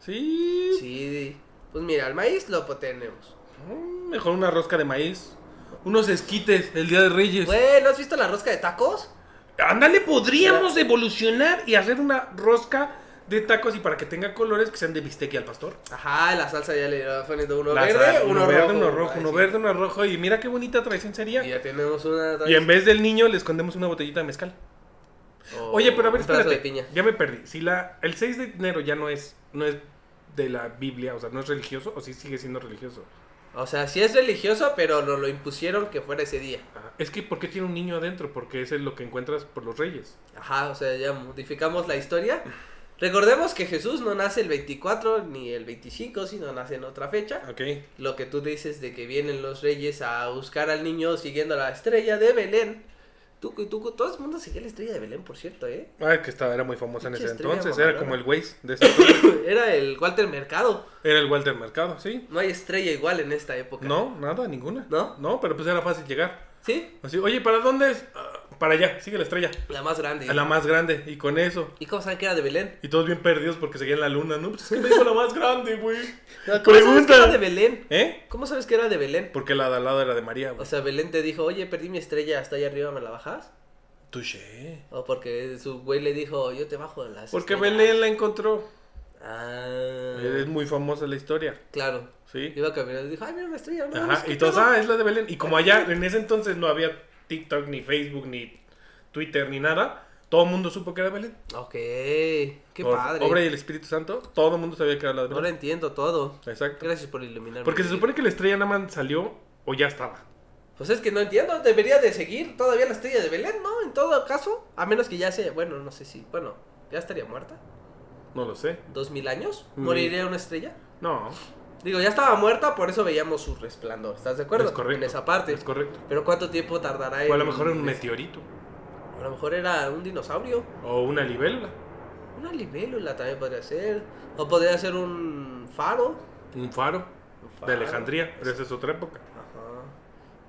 Speaker 1: Sí.
Speaker 2: Sí, pues mira, el maíz lo tenemos.
Speaker 1: Mm, Mejor una rosca de maíz. Unos esquites el día de Reyes.
Speaker 2: Güey, ¿no has visto la rosca de tacos?
Speaker 1: Ándale, podríamos evolucionar y hacer una rosca de tacos y para que tenga colores que sean de bistec y al pastor.
Speaker 2: Ajá, la salsa ya le irá poniendo uno
Speaker 1: La
Speaker 2: verde,
Speaker 1: sal,
Speaker 2: uno, rojo.
Speaker 1: uno rojo,
Speaker 2: Ay,
Speaker 1: uno
Speaker 2: sí.
Speaker 1: verde, uno rojo. Y mira qué bonita tradición
Speaker 2: Y
Speaker 1: sería.
Speaker 2: ya tenemos una.
Speaker 1: Y en vez del niño le escondemos una botellita de mezcal.
Speaker 2: O
Speaker 1: Oye, pero a ver,
Speaker 2: un pedazo
Speaker 1: espérate.
Speaker 2: de piña.
Speaker 1: Ya me perdí. Si la el 6 de enero ya no es no es de la Biblia, o sea, no es religioso o sí sigue siendo religioso.
Speaker 2: O sea, sí es religioso, pero nos lo impusieron que fuera ese día.
Speaker 1: Ah, Es que ¿por qué tiene un niño adentro? Porque ese es lo que encuentras por los reyes.
Speaker 2: Ajá, o sea, ya modificamos la historia. Recordemos que Jesús no nace el 24 ni el 25, sino nace en otra fecha.
Speaker 1: Ok.
Speaker 2: Lo que tú dices de que vienen los reyes a buscar al niño siguiendo la estrella de Belén. Tú, tú, todo el mundo seguía la estrella de Belén, por cierto, ¿eh?
Speaker 1: Ah, que estaba, era muy famosa en
Speaker 2: Pinche
Speaker 1: ese
Speaker 2: estrella
Speaker 1: entonces. Era
Speaker 2: mamalona.
Speaker 1: como el Waze de ese entonces.
Speaker 2: Era el Walter Mercado.
Speaker 1: Era el Walter Mercado, sí.
Speaker 2: No hay estrella igual en esta época.
Speaker 1: No, nada, ninguna.
Speaker 2: ¿No?
Speaker 1: No, pero pues era fácil llegar.
Speaker 2: ¿Sí?
Speaker 1: Así, oye, ¿para dónde es? "Ah, para allá, sigue la estrella.
Speaker 2: La más grande.
Speaker 1: A la más grande. Y con eso.
Speaker 2: ¿Y cómo saben que era de Belén?
Speaker 1: Y todos bien perdidos porque seguían la luna, ¿no? Pues es que me dijo la más grande, güey.
Speaker 2: No, ¿Cómo sabes que
Speaker 1: Pregunta.
Speaker 2: era de Belén?
Speaker 1: ¿Eh?
Speaker 2: ¿Cómo sabes que era de Belén?
Speaker 1: Porque la de al lado era de María,
Speaker 2: O
Speaker 1: güey.
Speaker 2: sea, Belén te dijo, oye, perdí mi estrella, hasta allá arriba, ¿me la bajas?
Speaker 1: Touché.
Speaker 2: O porque su güey le dijo, yo te bajo las
Speaker 1: Porque
Speaker 2: estrellas".
Speaker 1: Belén la encontró.
Speaker 2: Ah,
Speaker 1: Es muy famosa la historia,
Speaker 2: claro.
Speaker 1: ¿sí?
Speaker 2: Iba caminando y dijo, ay, mira una estrella. No, mames,
Speaker 1: Ajá,
Speaker 2: ¿qué
Speaker 1: y todos,
Speaker 2: pedo?".
Speaker 1: ah, es la de Belén. Y como allá en ese entonces no había TikTok, ni Facebook, ni Twitter, ni nada, todo el mundo supo que era Belén.
Speaker 2: Ok, qué
Speaker 1: Por
Speaker 2: padre.
Speaker 1: Obra y el Espíritu Santo, todo el mundo sabía que era la de
Speaker 2: Ahora
Speaker 1: Belén.
Speaker 2: entiendo todo.
Speaker 1: Exacto.
Speaker 2: Gracias por iluminarme.
Speaker 1: Porque se supone que la estrella nada más salió o ya estaba.
Speaker 2: Pues es que no entiendo, debería de seguir todavía la estrella de Belén, ¿no? En todo caso, a menos que ya sea, bueno, no sé si, bueno, ya estaría muerta.
Speaker 1: No lo sé.
Speaker 2: ¿Dos mil años?
Speaker 1: Mm.
Speaker 2: ¿Moriría una estrella?
Speaker 1: No.
Speaker 2: Digo, ya estaba muerta, por eso veíamos su resplandor, ¿estás de acuerdo?
Speaker 1: Es correcto.
Speaker 2: En esa parte.
Speaker 1: Es correcto.
Speaker 2: Pero ¿cuánto tiempo tardará en...
Speaker 1: O a lo mejor era un meteorito.
Speaker 2: A lo mejor era un dinosaurio,
Speaker 1: O una libélula.
Speaker 2: una libélula también podría ser, o podría ser un faro.
Speaker 1: Un faro.
Speaker 2: Un faro.
Speaker 1: De Alejandría. Pero esa es otra época.
Speaker 2: Ajá.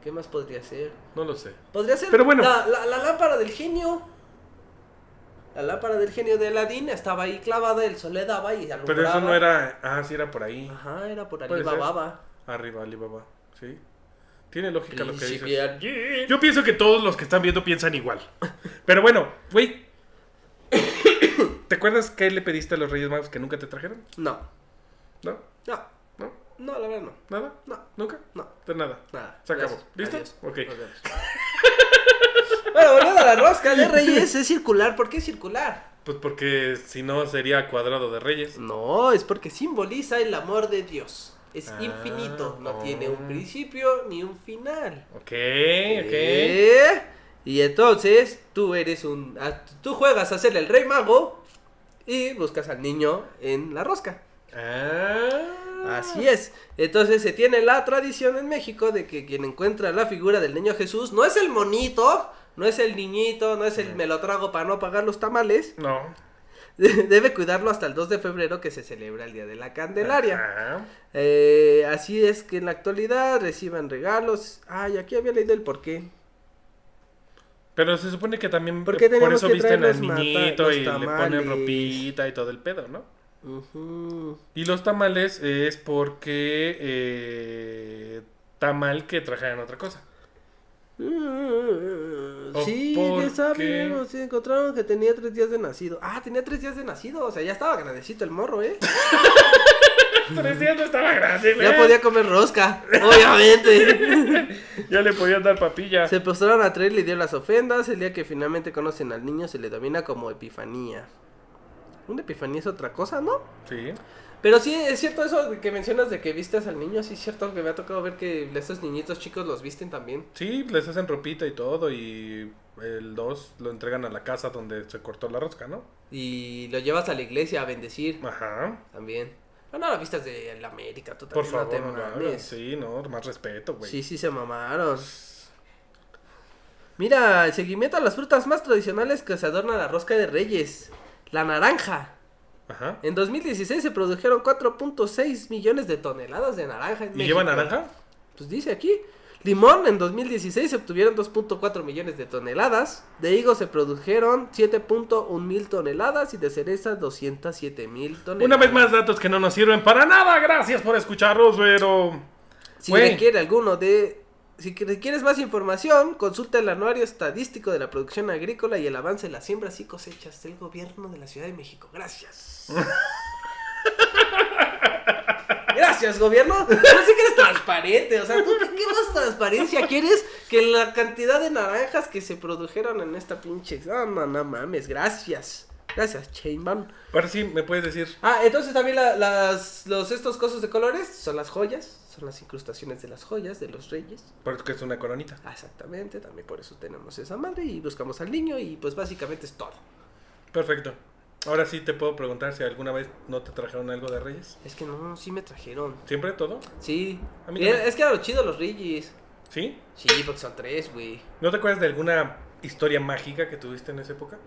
Speaker 2: ¿Qué más podría ser?
Speaker 1: No lo sé.
Speaker 2: Podría ser
Speaker 1: Pero bueno.
Speaker 2: la, la- la lámpara del genio. La lámpara del genio de Aladín estaba ahí clavada, el sol le daba y alumbraba.
Speaker 1: Pero eso no era. Ah, sí, era por ahí.
Speaker 2: Ajá, era por
Speaker 1: Puede
Speaker 2: Alibaba.
Speaker 1: Arriba, Alibaba. Sí. Tiene lógica lo que
Speaker 2: Príncipe
Speaker 1: dices.
Speaker 2: Allí.
Speaker 1: Yo pienso que todos los que están viendo piensan igual. Pero bueno, güey. ¿Te acuerdas qué le pediste a los Reyes Magos que nunca te trajeron?
Speaker 2: No,
Speaker 1: ¿No?
Speaker 2: no,
Speaker 1: ¿No?
Speaker 2: no, la verdad no.
Speaker 1: ¿Nada?
Speaker 2: No,
Speaker 1: ¿Nunca?
Speaker 2: no,
Speaker 1: De nada.
Speaker 2: nada.
Speaker 1: Se acabó.
Speaker 2: Gracias.
Speaker 1: ¿Listo?
Speaker 2: Adiós.
Speaker 1: Ok.
Speaker 2: Nos vemos. bueno, volviendo a la rosca de Reyes, es circular. ¿Por qué circular?
Speaker 1: Pues porque si no sería cuadrado de reyes.
Speaker 2: No, es porque simboliza el amor de Dios. Es
Speaker 1: Ah,
Speaker 2: infinito, no
Speaker 1: oh.
Speaker 2: tiene un principio ni un final.
Speaker 1: Ok, ok.
Speaker 2: ¿Eh? Y entonces tú eres un. a- Tú juegas a ser el rey mago y buscas al niño en la rosca.
Speaker 1: Ah.
Speaker 2: Así es. Entonces se tiene la tradición en México de que quien encuentra la figura del niño Jesús no es el monito, no es el niñito, no es el me lo trago para no pagar los tamales.
Speaker 1: No.
Speaker 2: Debe cuidarlo hasta el 2 de febrero que se celebra el Día de la Candelaria.
Speaker 1: Ajá.
Speaker 2: Eh, así es que en la actualidad reciban regalos. Ay, aquí había leído el porqué.
Speaker 1: Pero se supone que también
Speaker 2: ¿Por
Speaker 1: por,
Speaker 2: qué tenemos
Speaker 1: eso
Speaker 2: que
Speaker 1: visten
Speaker 2: traer
Speaker 1: al
Speaker 2: los mata-
Speaker 1: niñito
Speaker 2: los
Speaker 1: y le
Speaker 2: tamales?
Speaker 1: ponen ropita y todo el pedo, ¿no?
Speaker 2: Ujú.
Speaker 1: Y los tamales es porque eh, tamal que trajeran otra cosa.
Speaker 2: Mm,
Speaker 1: ¿O
Speaker 2: Sí,
Speaker 1: Oh, por
Speaker 2: ya sabemos,
Speaker 1: qué?
Speaker 2: sí, encontraron que tenía tres días de nacido. Ah, tenía tres días de nacido, o sea, ya estaba grandecito el morro, ¿eh?
Speaker 1: Tres días no estaba grande, güey.
Speaker 2: Ya podía comer rosca, obviamente.
Speaker 1: Ya le podían dar papilla.
Speaker 2: se postraron a tres, le dio las ofrendas. El día que finalmente conocen al niño se le domina como epifanía. Una epifanía es otra cosa, ¿no?
Speaker 1: Sí.
Speaker 2: Pero sí, es cierto eso de que mencionas de que vistes al niño. Sí, es cierto que me ha tocado ver que estos niñitos chicos los visten también.
Speaker 1: Sí, les hacen ropita y todo y el 2 lo entregan a la casa donde se cortó la rosca, ¿no?
Speaker 2: Y lo llevas a la iglesia a bendecir
Speaker 1: Ajá.
Speaker 2: también. No, no, vistas de la América, tú
Speaker 1: Por
Speaker 2: también no
Speaker 1: favor,
Speaker 2: te
Speaker 1: no lo hagan.
Speaker 2: mames.
Speaker 1: Sí, no, más respeto, güey.
Speaker 2: Sí, sí, se mamaron. Mira, el seguimiento a las frutas más tradicionales que se adornan la rosca de reyes. La naranja.
Speaker 1: Ajá.
Speaker 2: En 2016 se produjeron 4.6 millones de toneladas de naranja en
Speaker 1: ¿Y
Speaker 2: México.
Speaker 1: lleva naranja?
Speaker 2: Pues dice aquí. Limón, en 2016 se obtuvieron 2.4 millones de toneladas. De higo se produjeron 7.1 mil toneladas y de cereza 207 mil toneladas.
Speaker 1: Una vez más, datos que no nos sirven para nada. Gracias por escucharnos, pero.
Speaker 2: Si
Speaker 1: Güey.
Speaker 2: requiere alguno de... Si que- requieres más información, consulta el anuario estadístico de la producción agrícola y el avance de las siembras y cosechas del gobierno de la Ciudad de México. Gracias. Gracias, gobierno. No sé que eres transparente. O sea, ¿tú qué, qué más transparencia quieres que la cantidad de naranjas que se produjeron en esta pinche... No, no, no mames. Gracias. Gracias, Chainman.
Speaker 1: Ahora sí, me puedes decir.
Speaker 2: Ah, entonces también la- las, los, estos cosos de colores son las joyas, son las incrustaciones de las joyas de los reyes.
Speaker 1: Porque es una coronita.
Speaker 2: Ah, Exactamente, también por eso tenemos esa madre y buscamos al niño y pues básicamente es todo.
Speaker 1: Perfecto. Ahora sí te puedo preguntar si alguna vez no te trajeron algo de Reyes.
Speaker 2: Es que no, sí me trajeron.
Speaker 1: ¿Siempre todo?
Speaker 2: Sí.
Speaker 1: A mí
Speaker 2: Era-
Speaker 1: también.
Speaker 2: es que era lo chido los reyes.
Speaker 1: ¿Sí?
Speaker 2: Sí, porque son tres, güey.
Speaker 1: ¿No te acuerdas de alguna historia mágica que tuviste en esa época?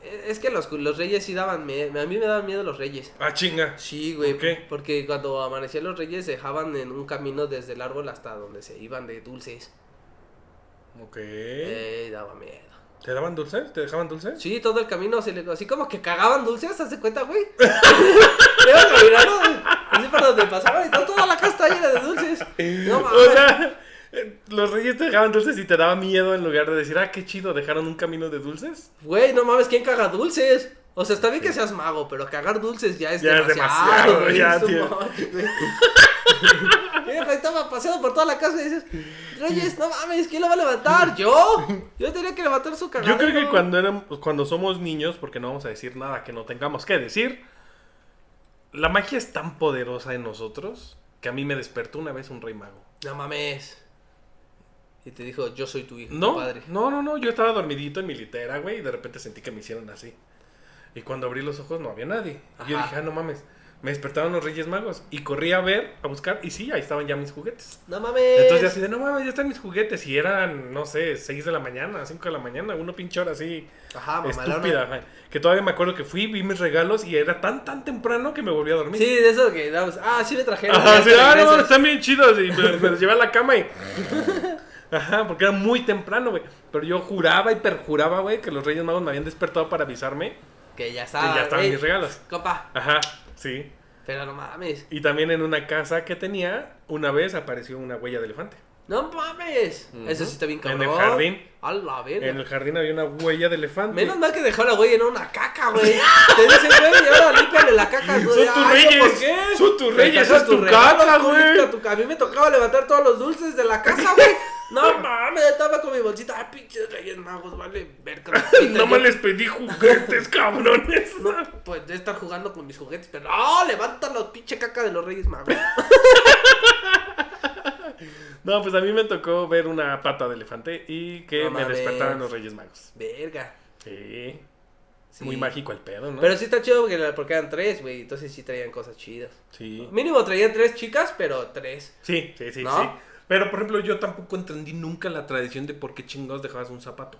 Speaker 2: E- Es que los, los reyes sí daban miedo, a mí me daban miedo los reyes.
Speaker 1: Ah, chinga.
Speaker 2: Sí, güey.
Speaker 1: ¿Por qué?
Speaker 2: Porque cuando amanecían los reyes dejaban en un camino desde el árbol hasta donde se iban de dulces.
Speaker 1: Ok.
Speaker 2: Eh, daba miedo.
Speaker 1: ¿Te daban dulces? ¿Te dejaban dulces?
Speaker 2: Sí, todo el camino, se le- así como que cagaban dulces, ¿haz de cuenta, güey? Iban caminando, güey, así por donde pasaban y todo- toda la casa está llena de dulces. No mames.
Speaker 1: Eh, o sea, eh, los Reyes te dejaban dulces y te daba miedo en lugar de decir, ah, qué chido, dejaron un camino de dulces.
Speaker 2: Güey, no mames, ¿quién caga dulces? O sea, está bien que seas mago, pero cagar dulces ya es
Speaker 1: Ya es demasiado,
Speaker 2: demasiado. güey,
Speaker 1: ya,
Speaker 2: es un
Speaker 1: tío.
Speaker 2: monte, güey. Mira, pues, Estaba paseando por toda la casa y dices, Reyes, no mames, ¿quién lo va a levantar? ¿Yo? Yo tenía que levantar su cagadero.
Speaker 1: Yo creo que cuando, éramos, cuando somos niños, porque no vamos a decir nada que no tengamos que decir, la magia es tan poderosa en nosotros que a mí me despertó una vez un rey mago.
Speaker 2: No mames. Y te dijo, yo soy tu hijo, tu
Speaker 1: No,
Speaker 2: padre.
Speaker 1: no, no, no, yo estaba dormidito en mi litera, güey, y de repente sentí que me hicieron así. Y cuando abrí los ojos no había nadie. Y yo
Speaker 2: Ajá.
Speaker 1: dije, ah, no mames. Me despertaron los Reyes Magos y corrí a ver, a buscar, y sí, ahí estaban ya mis juguetes.
Speaker 2: No mames.
Speaker 1: Entonces yo así de, no mames, ya están mis juguetes. Y eran, no sé, 6 de la mañana, 5 de la mañana, una pinche hora así
Speaker 2: Ajá, mamalona.
Speaker 1: estúpida. ajá. Que todavía me acuerdo que fui, vi mis regalos y era tan, tan temprano que me volví a dormir.
Speaker 2: Sí, de eso que damos. Ah, sí me trajeron.
Speaker 1: Ajá,
Speaker 2: ya
Speaker 1: sí,
Speaker 2: te
Speaker 1: ah, no,
Speaker 2: regresas.
Speaker 1: están bien chidos. Y me, me los llevé a la cama y. Ajá, porque era muy temprano, güey. Pero yo juraba y perjuraba, güey, que los Reyes Magos me habían despertado para avisarme
Speaker 2: Que ya
Speaker 1: que
Speaker 2: está.
Speaker 1: ya estaban
Speaker 2: Ah, güey.
Speaker 1: mis regalos.
Speaker 2: Copa,
Speaker 1: Ajá, sí.
Speaker 2: pero no mames.
Speaker 1: Y también en una casa que tenía, una vez apareció una huella de elefante.
Speaker 2: No mames. Eso sí está bien
Speaker 1: En
Speaker 2: cabrón.
Speaker 1: el jardín.
Speaker 2: A la verga.
Speaker 1: En el jardín había una huella de elefante.
Speaker 2: Menos mal que dejó a la güey en una caca, güey. Te dicen, güey, y ahora límpiale la caca, güey.
Speaker 1: tus
Speaker 2: Ay, ¿no?
Speaker 1: reyes,
Speaker 2: ¿Por qué?
Speaker 1: son tus
Speaker 2: Te
Speaker 1: reyes,
Speaker 2: cagas
Speaker 1: es tu
Speaker 2: regalo,
Speaker 1: caca,
Speaker 2: tú
Speaker 1: güey.
Speaker 2: limpia tu ca- A mí me tocaba levantar todos los dulces de la casa, güey. No mames, estaba con mi bolsita. Ay, pinches reyes magos, vale, verga.
Speaker 1: no me les pedí juguetes, cabrones.
Speaker 2: No, pues de estar jugando con mis juguetes, pero ¡no! Levanta la pinche caca de los Reyes Magos.
Speaker 1: No, pues a mí me tocó ver una pata de elefante y que
Speaker 2: No
Speaker 1: me
Speaker 2: mames.
Speaker 1: despertaran los Reyes Magos.
Speaker 2: Verga.
Speaker 1: Sí.
Speaker 2: Sí.
Speaker 1: Muy mágico el pedo, ¿no?
Speaker 2: Pero sí está chido porque, la- porque eran tres, güey. Entonces sí traían cosas chidas.
Speaker 1: Sí.
Speaker 2: Mínimo traían tres chicas, pero tres.
Speaker 1: Sí, sí, sí,
Speaker 2: ¿No?
Speaker 1: sí. Pero, por ejemplo, yo tampoco entendí nunca la tradición de por qué chingados dejabas un zapato.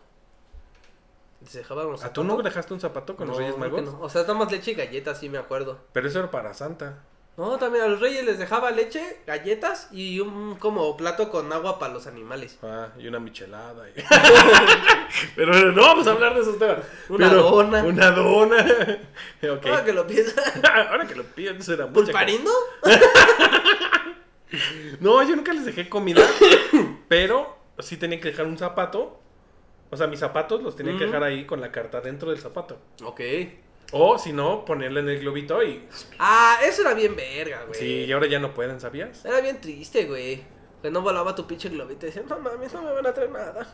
Speaker 2: Se dejábamos.
Speaker 1: ¿A tú no dejaste un zapato con los
Speaker 2: No,
Speaker 1: Reyes
Speaker 2: creo
Speaker 1: Magos?
Speaker 2: que no. O sea, tomas leche y galletas, sí me acuerdo.
Speaker 1: Pero eso era para Santa.
Speaker 2: No, también a los Reyes les dejaba leche, galletas y un como plato con agua para los animales.
Speaker 1: Ah, y una michelada. y- Pero no vamos a hablar de esos temas.
Speaker 2: Una
Speaker 1: Pero-
Speaker 2: dona.
Speaker 1: Una dona. ok.
Speaker 2: Ahora que lo piensas.
Speaker 1: Ahora que lo pienso, era mucha
Speaker 2: ¿Pulparindo?
Speaker 1: No, yo nunca les dejé comida, pero sí tenía que dejar un zapato. O sea, mis zapatos los tenía que
Speaker 2: Ujú.
Speaker 1: dejar ahí con la carta dentro del zapato.
Speaker 2: Ok.
Speaker 1: O si no, ponerla en el globito y.
Speaker 2: Ah, eso era bien verga, güey.
Speaker 1: Sí, y ahora ya no pueden, ¿sabías?
Speaker 2: Era bien triste, güey. Que no volaba tu pinche globito y decía, no mames, no me van a traer nada.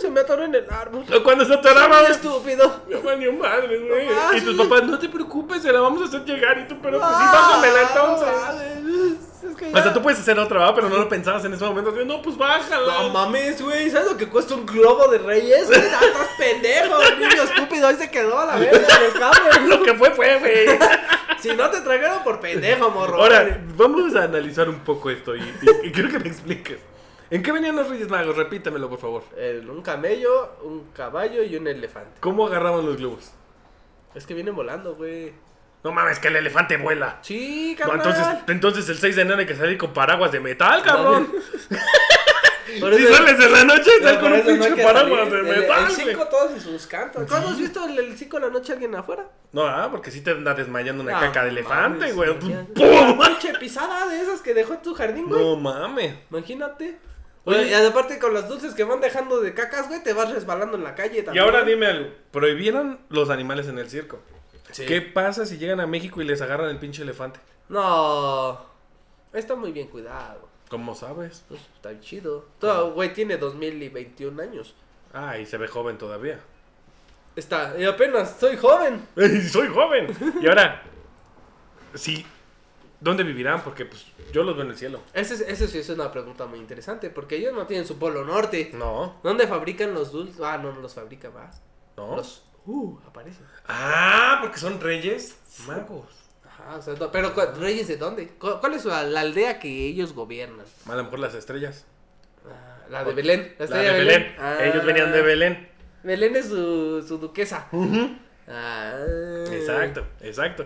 Speaker 2: Se me atoró en el árbol.
Speaker 1: Cuando se
Speaker 2: Soy
Speaker 1: atoraba.
Speaker 2: bien estúpido.
Speaker 1: No valió madre, güey.
Speaker 2: No más.
Speaker 1: y tus papás, no te preocupes, se la vamos a hacer llegar. Y tú, pero pues sí,
Speaker 2: Ah,
Speaker 1: bájamela
Speaker 2: no
Speaker 1: entonces.
Speaker 2: mames, es que ya-
Speaker 1: Hasta tú puedes hacer otra, ¿verdad? Pero no lo pensabas en ese momento. Digo, No, pues bájala.
Speaker 2: No mames, güey, ¿sabes lo que cuesta un globo de reyes? Güey, no, Estás pendejo, niño estúpido, ahí se quedó a la verga en el cable.
Speaker 1: lo que fue, fue, güey.
Speaker 2: Si no te trajeron por pendejo, morro.
Speaker 1: Ahora, vamos a analizar un poco esto y, y- y quiero que me expliques. ¿En qué venían los Reyes Magos? Repítamelo, por favor.
Speaker 2: El- un camello, un caballo y un elefante.
Speaker 1: ¿Cómo agarraban los globos?
Speaker 2: Es que vienen volando, güey.
Speaker 1: No mames, que el elefante vuela.
Speaker 2: Sí,
Speaker 1: No,
Speaker 2: carnal.
Speaker 1: entonces, entonces el 6 de enero hay que salir con paraguas de metal, cabrón.
Speaker 2: Por
Speaker 1: si
Speaker 2: eso-
Speaker 1: sales en la noche,
Speaker 2: no,
Speaker 1: sal
Speaker 2: por
Speaker 1: con un
Speaker 2: eso no hay
Speaker 1: pinche
Speaker 2: que
Speaker 1: paraguas
Speaker 2: salir.
Speaker 1: de
Speaker 2: El-
Speaker 1: metal,
Speaker 2: El
Speaker 1: güey.
Speaker 2: 5 todos en sus cantos. ¿Cuándo has visto el- el 5 de la noche alguien afuera?
Speaker 1: No, ah, porque si te anda desmayando una
Speaker 2: No,
Speaker 1: caca de elefante,
Speaker 2: mames,
Speaker 1: güey.
Speaker 2: imagínate.
Speaker 1: ¡Pum!
Speaker 2: Pinche pisada de esas que dejó en tu jardín, güey.
Speaker 1: No mames.
Speaker 2: Imagínate.
Speaker 1: Oye,
Speaker 2: Oye, y aparte con los dulces que van dejando de cacas, güey, te vas resbalando en la calle
Speaker 1: Y
Speaker 2: también.
Speaker 1: ahora dime algo. Prohibieron los animales en el circo.
Speaker 2: Sí.
Speaker 1: ¿Qué pasa si llegan a México y les agarran el pinche elefante?
Speaker 2: No. Está muy bien cuidado.
Speaker 1: ¿Cómo sabes?
Speaker 2: Pues, está bien chido. Todo, güey, tiene 2021 años.
Speaker 1: Ah, y se ve joven todavía.
Speaker 2: Está, y apenas soy joven.
Speaker 1: ¡Ey, ¡Soy joven! Y ahora, sí, ¿dónde vivirán? Porque pues yo los veo en el cielo.
Speaker 2: Ese, es- ese sí es una pregunta muy interesante, porque ellos no tienen su polo norte.
Speaker 1: No,
Speaker 2: ¿Dónde fabrican los dulces? Ah, no, no los fabrica, va.
Speaker 1: no.
Speaker 2: Los... Uh, aparecen.
Speaker 1: Ah, porque son reyes magos.
Speaker 2: Ajá, o sea, no- pero ¿cu- ¿reyes de dónde? ¿Cu- ¿Cuál es la, la aldea que ellos gobiernan?
Speaker 1: A lo mejor las estrellas.
Speaker 2: Ah, la de Belén.
Speaker 1: La
Speaker 2: estrella
Speaker 1: de Belén.
Speaker 2: Ah.
Speaker 1: Ellos venían de Belén.
Speaker 2: Belén es su, su duquesa. Ah.
Speaker 1: Exacto, exacto.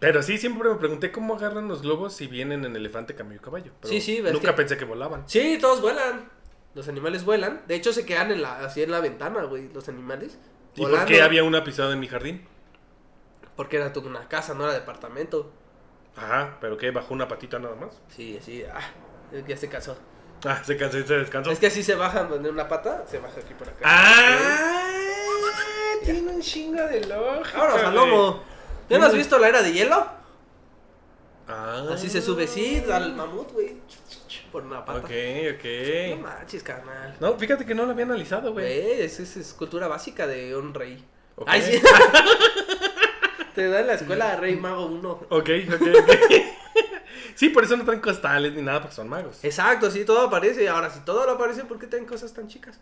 Speaker 1: Pero sí, siempre me pregunté cómo agarran los globos si vienen en elefante, camello y caballo. Pero
Speaker 2: Sí, sí, ves
Speaker 1: Nunca
Speaker 2: que-
Speaker 1: pensé que volaban.
Speaker 2: Sí, todos vuelan. Los animales vuelan. De hecho, se quedan en la, así en la ventana, güey, los animales.
Speaker 1: ¿Y por qué había una pisada en mi jardín?
Speaker 2: Porque era tu, una casa, no era departamento.
Speaker 1: Ajá, pero que bajó una patita nada más.
Speaker 2: Sí, así. Ah, ya se casó.
Speaker 1: Ah, se cansó y se descansó.
Speaker 2: Es que así se baja de una pata, se baja aquí por acá.
Speaker 1: Ah, tiene un chingo de lógica.
Speaker 2: Ahora,
Speaker 1: güey.
Speaker 2: Salomo. ¿Ya no has visto la era de hielo?
Speaker 1: Ah.
Speaker 2: Así se sube, sí, al mamut, güey. Por una pata.
Speaker 1: Ok,
Speaker 2: No
Speaker 1: ok.
Speaker 2: manches, carnal.
Speaker 1: No, fíjate que no lo había analizado, güey.
Speaker 2: Güey, es, es, es cultura básica de un rey.
Speaker 1: Ok.
Speaker 2: Ay, sí. Te da en la escuela de Rey Mago 1.
Speaker 1: Ok, ok, ok. sí, por eso no traen costales ni nada, porque son magos.
Speaker 2: Exacto, sí, todo aparece. Ahora, si todo lo aparece, ¿por qué tienen cosas tan chicas?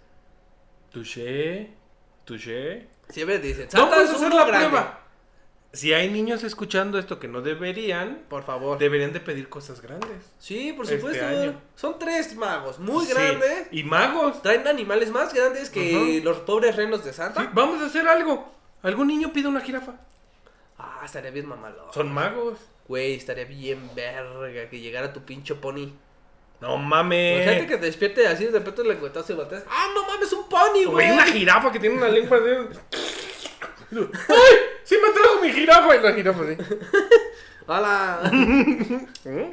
Speaker 1: Touché, touché.
Speaker 2: Siempre dicen,
Speaker 1: No
Speaker 2: "Santa,
Speaker 1: puedes
Speaker 2: es
Speaker 1: hacer
Speaker 2: uno
Speaker 1: la
Speaker 2: grande".
Speaker 1: prueba. Si hay niños escuchando esto que no deberían,
Speaker 2: Por favor.
Speaker 1: deberían de pedir cosas grandes.
Speaker 2: Sí, por
Speaker 1: Este
Speaker 2: supuesto.
Speaker 1: año.
Speaker 2: Son tres magos, muy
Speaker 1: Sí,
Speaker 2: grandes.
Speaker 1: Y magos.
Speaker 2: Traen animales más grandes que
Speaker 1: Ujú.
Speaker 2: los pobres renos de
Speaker 1: Sí,
Speaker 2: Santa.
Speaker 1: vamos a hacer algo. Algún niño pide una jirafa.
Speaker 2: Ah, estaría bien mamalón.
Speaker 1: Son magos.
Speaker 2: Güey, estaría bien verga que llegara tu pincho pony.
Speaker 1: No mames.
Speaker 2: Imagínate Pues que te despierte así, de repente le encuentras y volteas. ¡Ah, no mames, un pony,
Speaker 1: Güey,
Speaker 2: güey!
Speaker 1: una jirafa que tiene una lengua de. ¡Ay! ¡Sí me trajo mi jirafa! Y la jirafa así.
Speaker 2: ¡Hola!
Speaker 1: ¿Mm?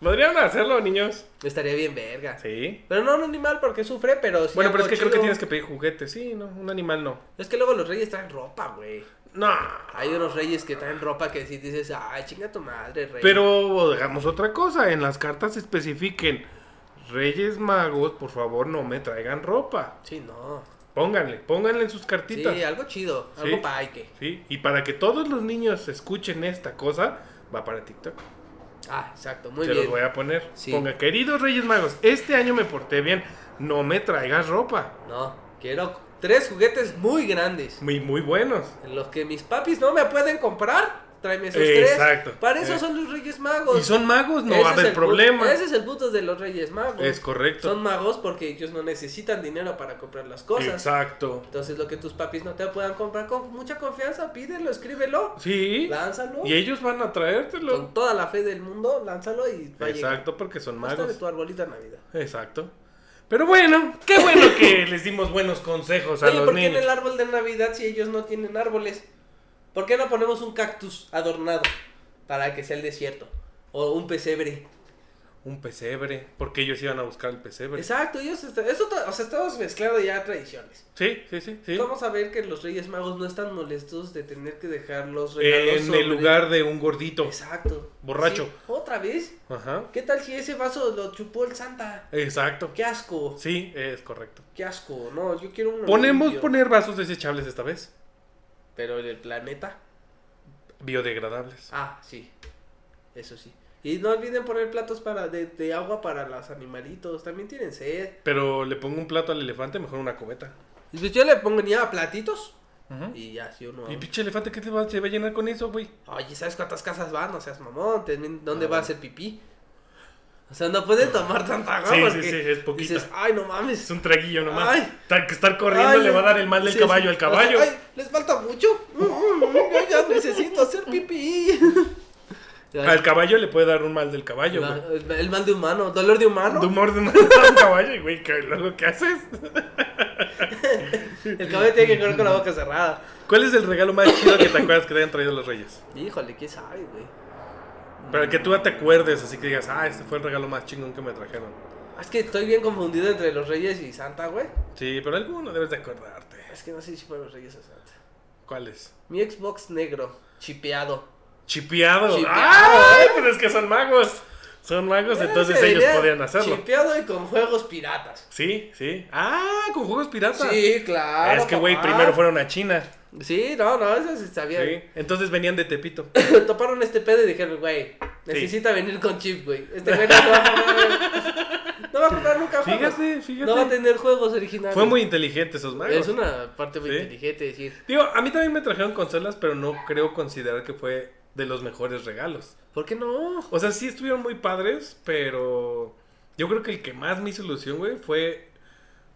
Speaker 1: ¿Podrían hacerlo, niños?
Speaker 2: Estaría bien verga.
Speaker 1: Sí.
Speaker 2: Pero no un animal porque sufre, pero sí.
Speaker 1: Bueno, pero es
Speaker 2: algo
Speaker 1: que creo que
Speaker 2: chido.
Speaker 1: tienes que pedir juguetes. Sí, no, un animal no.
Speaker 2: Es que luego los reyes traen ropa, güey.
Speaker 1: No.
Speaker 2: Hay unos reyes que traen ropa que sí dices, ay, chinga tu madre, rey.
Speaker 1: Pero hagamos otra cosa. En las cartas especifiquen. Reyes Magos, por favor, no me traigan ropa.
Speaker 2: Sí, no.
Speaker 1: Pónganle, pónganle en sus
Speaker 2: Sí,
Speaker 1: cartitas.
Speaker 2: algo chido.
Speaker 1: Sí.
Speaker 2: Algo paique.
Speaker 1: Sí, y para que todos los niños escuchen esta cosa, va para TikTok.
Speaker 2: Ah, exacto, muy
Speaker 1: Se
Speaker 2: bien.
Speaker 1: los voy a poner.
Speaker 2: Sí.
Speaker 1: Ponga, queridos Reyes Magos, este año me porté bien. No me traigas ropa.
Speaker 2: No, quiero tres juguetes muy grandes.
Speaker 1: Muy, muy buenos.
Speaker 2: En los que mis papis no me pueden comprar, tráeme esos
Speaker 1: Exacto.
Speaker 2: tres. Para eso
Speaker 1: Eh.
Speaker 2: son los Reyes Magos.
Speaker 1: Y son magos, no
Speaker 2: Ese
Speaker 1: va a
Speaker 2: es el
Speaker 1: haber
Speaker 2: pu-
Speaker 1: problema.
Speaker 2: Ese es el punto de los Reyes Magos.
Speaker 1: Es correcto.
Speaker 2: Son magos porque ellos no necesitan dinero para comprar las cosas.
Speaker 1: Exacto.
Speaker 2: Entonces, lo que tus papis no te puedan comprar con mucha confianza, pídelo, escríbelo,
Speaker 1: Sí.
Speaker 2: lánzalo.
Speaker 1: Y ellos van a traértelo.
Speaker 2: Con toda la fe del mundo, lánzalo y va a llegar.
Speaker 1: Exacto, porque son
Speaker 2: Hasta de
Speaker 1: magos.
Speaker 2: tu arbolita de Navidad.
Speaker 1: Exacto. Pero bueno, qué bueno que les dimos buenos consejos a
Speaker 2: Oye,
Speaker 1: los
Speaker 2: ¿por qué en
Speaker 1: niños.
Speaker 2: el árbol de Navidad si ellos no tienen árboles? ¿Por qué no ponemos un cactus adornado para que sea el desierto? O un pesebre.
Speaker 1: un pesebre, porque ellos iban a buscar el pesebre.
Speaker 2: Exacto, ellos está- eso ta- o sea, estamos mezclando ya tradiciones.
Speaker 1: Sí, sí, sí, sí.
Speaker 2: Vamos a ver que los Reyes Magos no están molestos de tener que dejar los regalos
Speaker 1: En
Speaker 2: sobre-
Speaker 1: el lugar de un gordito.
Speaker 2: Exacto.
Speaker 1: Borracho.
Speaker 2: Sí, ¿Otra vez?
Speaker 1: Ajá.
Speaker 2: ¿Qué tal si ese vaso lo chupó el Santa?
Speaker 1: Exacto.
Speaker 2: ¡Qué asco!
Speaker 1: Sí, es correcto.
Speaker 2: ¡Qué asco! No, yo quiero uno
Speaker 1: Ponemos
Speaker 2: limpio.
Speaker 1: poner vasos desechables esta vez.
Speaker 2: Pero en el planeta.
Speaker 1: Biodegradables.
Speaker 2: Ah, sí. Eso sí. Y no olviden poner platos para de, de agua para los animalitos. También tienen sed.
Speaker 1: Pero le pongo un plato al elefante, mejor una cubeta.
Speaker 2: Y Pues yo le ponía platitos.
Speaker 1: Ujú.
Speaker 2: Y ya, si uno.
Speaker 1: ¿Y pinche elefante qué te va, se va a llenar con eso, güey?
Speaker 2: Oye, ¿sabes cuántas casas van? O sea, es mamón, también, ¿dónde
Speaker 1: Ah,
Speaker 2: va a
Speaker 1: bueno.
Speaker 2: hacer pipí? O sea, no puede tomar tanta agua
Speaker 1: Sí, sí,
Speaker 2: porque
Speaker 1: sí, es poquita.
Speaker 2: Dices, ay, no mames.
Speaker 1: Es un traguillo nomás.
Speaker 2: Ay.
Speaker 1: Estar, estar corriendo
Speaker 2: Ay,
Speaker 1: le va a dar el mal del
Speaker 2: sí,
Speaker 1: caballo
Speaker 2: sí.
Speaker 1: al caballo.
Speaker 2: O sea, ay, ¿les falta mucho? Mm, mm, mm, yo ya necesito hacer pipí. Ay,
Speaker 1: al caballo le puede dar un mal del caballo, güey.
Speaker 2: la- el, el mal de humano, dolor de humano.
Speaker 1: De humor de un caballo, y, güey, ¿qué- luego qué haces?
Speaker 2: El caballo tiene que correr con la boca cerrada.
Speaker 1: ¿Cuál es el regalo más chido que te acuerdas que te hayan traído los reyes?
Speaker 2: Híjole, ¿qué sabe, güey?
Speaker 1: Pero el que tú te acuerdes, así que digas, ah, este fue el regalo más chingón que me trajeron.
Speaker 2: Es que estoy bien confundido entre los reyes y Santa, güey.
Speaker 1: Sí, pero alguno debes de acordarte.
Speaker 2: Es que no sé si fueron los reyes o Santa.
Speaker 1: ¿Cuál es?
Speaker 2: Mi Xbox negro, chipeado.
Speaker 1: Chipeado. Eh,
Speaker 2: Chipeado,
Speaker 1: ¡Ay! Pues es que son magos. Son magos, Pues entonces ellos podían hacerlo.
Speaker 2: Eh, Chipeado y con juegos piratas.
Speaker 1: Sí, sí. Ah, con juegos piratas.
Speaker 2: Sí, claro.
Speaker 1: es que, güey,
Speaker 2: papá.
Speaker 1: primero fueron a China.
Speaker 2: Sí, no, no, eso se sabía.
Speaker 1: Sí. Entonces venían de Tepito.
Speaker 2: Toparon este pedo y dijeron, güey, necesita venir con chip, güey. Este güey no va a comprar, no va a comprar nunca juegos.
Speaker 1: Fíjate, fíjate.
Speaker 2: No va a tener juegos originales.
Speaker 1: Fue muy inteligente esos magos.
Speaker 2: Es una parte muy
Speaker 1: Sí.
Speaker 2: inteligente decir,
Speaker 1: Digo, a mí también me trajeron consolas, pero no creo considerar que fue de los mejores regalos.
Speaker 2: ¿por qué no?
Speaker 1: O sea, sí estuvieron muy padres, pero yo creo que el que más me hizo ilusión, güey, fue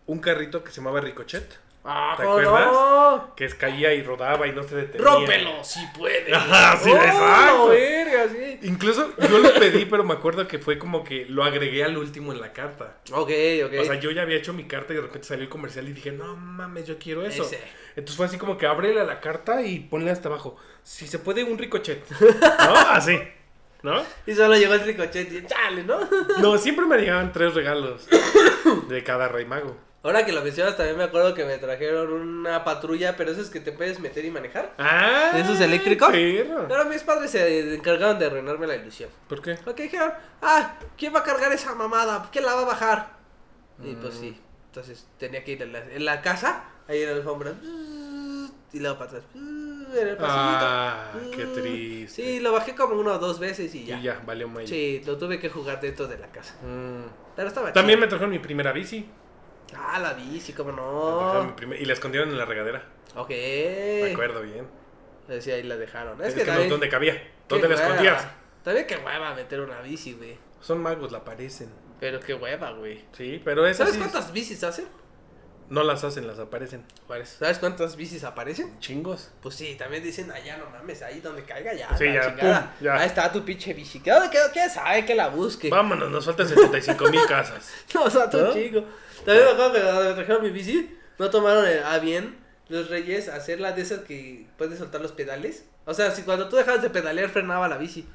Speaker 1: un carrito que se llamaba Ricochet,
Speaker 2: Ah,
Speaker 1: ¿Te
Speaker 2: ¿cómo
Speaker 1: acuerdas?
Speaker 2: no?
Speaker 1: que es- caía y rodaba y no se detenía.
Speaker 2: ¡Rómpelo, si puedes!
Speaker 1: Ajá, sí,
Speaker 2: ¡Oh,
Speaker 1: exacto.
Speaker 2: verga, sí!
Speaker 1: Incluso yo lo pedí, pero me acuerdo que fue como que lo agregué al último en la carta.
Speaker 2: Ok, ok.
Speaker 1: O sea, yo ya había hecho mi carta y de repente salió el comercial y dije, no mames, yo quiero eso.
Speaker 2: Ese.
Speaker 1: Entonces fue así como que ábrele a la carta y ponle hasta abajo. Si se puede, un ricochet. ¿No? Así. ¿No?
Speaker 2: Y solo llegó el ricochet y chale, ¿no?
Speaker 1: No, siempre me llegaban tres regalos de cada rey mago.
Speaker 2: Ahora que lo mencionas, también me acuerdo que me trajeron una patrulla, pero eso es que te puedes meter y manejar.
Speaker 1: Ah,
Speaker 2: ¿De esos eléctricos?
Speaker 1: perro.
Speaker 2: Pero mis padres se encargaron de arruinarme la ilusión.
Speaker 1: ¿Por qué?
Speaker 2: Porque dijeron, ah, ¿quién va a cargar esa mamada? ¿Quién la va a bajar? Y pues sí.
Speaker 1: Mm.
Speaker 2: Entonces tenía que ir en la, en la casa, ahí en la alfombra. Y luego para atrás. En el pasillito.
Speaker 1: Ah, qué triste.
Speaker 2: Mm, Sí, lo bajé como una o dos veces y ya.
Speaker 1: Y ya, valió más.
Speaker 2: Sí, lo tuve que jugar dentro de la casa. Pero estaba
Speaker 1: También
Speaker 2: chido.
Speaker 1: me trajeron mi primera bici.
Speaker 2: Ah, la bici, cómo
Speaker 1: Me trajeron mi
Speaker 2: no.
Speaker 1: primer- Y la escondieron en la regadera.
Speaker 2: Ok. Pues
Speaker 1: Me acuerdo bien.
Speaker 2: Sí, ahí la dejaron.
Speaker 1: Es,
Speaker 2: Es,
Speaker 1: que, no,
Speaker 2: también-
Speaker 1: ¿dónde cabía? ¿Dónde
Speaker 2: qué
Speaker 1: la
Speaker 2: hueva.
Speaker 1: escondías?
Speaker 2: También qué hueva meter una bici, güey.
Speaker 1: Son magos, la parecen.
Speaker 2: Pero qué hueva, güey.
Speaker 1: Sí, pero esas
Speaker 2: ¿Sabes
Speaker 1: sí-
Speaker 2: cuántas bicis hacen?
Speaker 1: no las hacen, las aparecen.
Speaker 2: ¿Sabes cuántas bicis aparecen?
Speaker 1: Chingos.
Speaker 2: Pues sí, también dicen allá, no mames, ahí donde caiga ya.
Speaker 1: Sí,
Speaker 2: la
Speaker 1: ya,
Speaker 2: chingada.
Speaker 1: pum, ya.
Speaker 2: Ahí está tu pinche bici. ¿Qué, dónde quedó? ¿Quién sabe que la busque?
Speaker 1: Vámonos, nos faltan 75 mil casas.
Speaker 2: No, o sea, tú
Speaker 1: ¿No?
Speaker 2: chico. También me acuerdo que cuando me trajeron mi bici, no tomaron el- a bien los reyes hacer la de esas que puedes soltar los pedales. O sea, si cuando tú dejabas de pedalear, frenaba la bici.